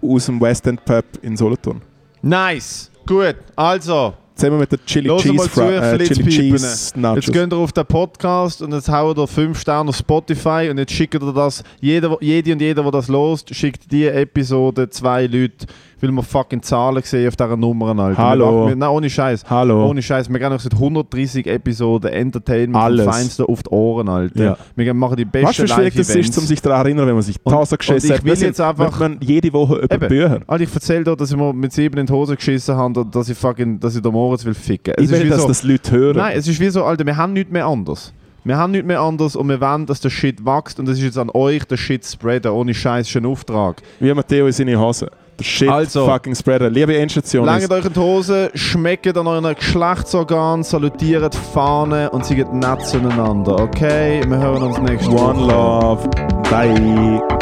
Speaker 2: aus dem West End Pub in Solothurn.
Speaker 1: Nice! Gut, also,
Speaker 2: Zusammen mit der Chili
Speaker 1: Hör mal
Speaker 2: Cheese,
Speaker 1: zu,
Speaker 2: Fra äh, Chili
Speaker 1: Flitzpiepen.
Speaker 2: Cheese Nachos.
Speaker 1: jetzt geht ihr auf den Podcast und jetzt hauen ihr 5 Sterne auf Spotify und jetzt schickt ihr das, jeder, jede und jeder, der das lost, schickt die Episode zwei Leute, weil wir fucking Zahlen sehen auf dieser Nummer. Alter.
Speaker 2: Hallo.
Speaker 1: Wir machen- wir- Nein, ohne Scheiß.
Speaker 2: Hallo.
Speaker 1: Ohne Scheiß, wir gehen noch seit 130 Episoden Entertainment
Speaker 2: Alles.
Speaker 1: vom Feinsten auf die Ohren, Alter.
Speaker 2: Ja.
Speaker 1: Wir gehen- machen die besten
Speaker 2: Weißt du, wie schwierig das ist,
Speaker 1: Live-Events.
Speaker 2: um sich daran zu erinnern, wenn man sich tausend
Speaker 1: und ich
Speaker 2: geschissen hat?
Speaker 1: will
Speaker 2: Wir sind-
Speaker 1: jetzt einfach-
Speaker 2: Wir können jede Woche über
Speaker 1: Eben.
Speaker 2: Bücher.
Speaker 1: Alter, ich erzähl dir, dass ich mir mit sieben in die Hose geschissen habe und dass ich fucking, dass ich den Moritz will ficken. Es
Speaker 2: Ich will,
Speaker 1: wie
Speaker 2: dass
Speaker 1: so,
Speaker 2: das Leute hören.
Speaker 1: Nein, es ist wie so, Alter, wir haben nichts mehr anders. Wir haben nichts mehr anders und wir wollen, dass der Shit wächst und das ist jetzt an euch, der Shit zu spreaden, ohne Scheiß, ist ein Auftrag.
Speaker 2: Wie Matteo in seine Hose. Der Shit
Speaker 1: Also.
Speaker 2: fucking Spreader. Liebe Endstation.
Speaker 1: Langt euch in die Hose, schmeckt an euren Geschlechtsorganen, salutiert die Fahne und seid nett zueinander, okay? Wir hören uns nächste Woche.
Speaker 2: One Love. Bye.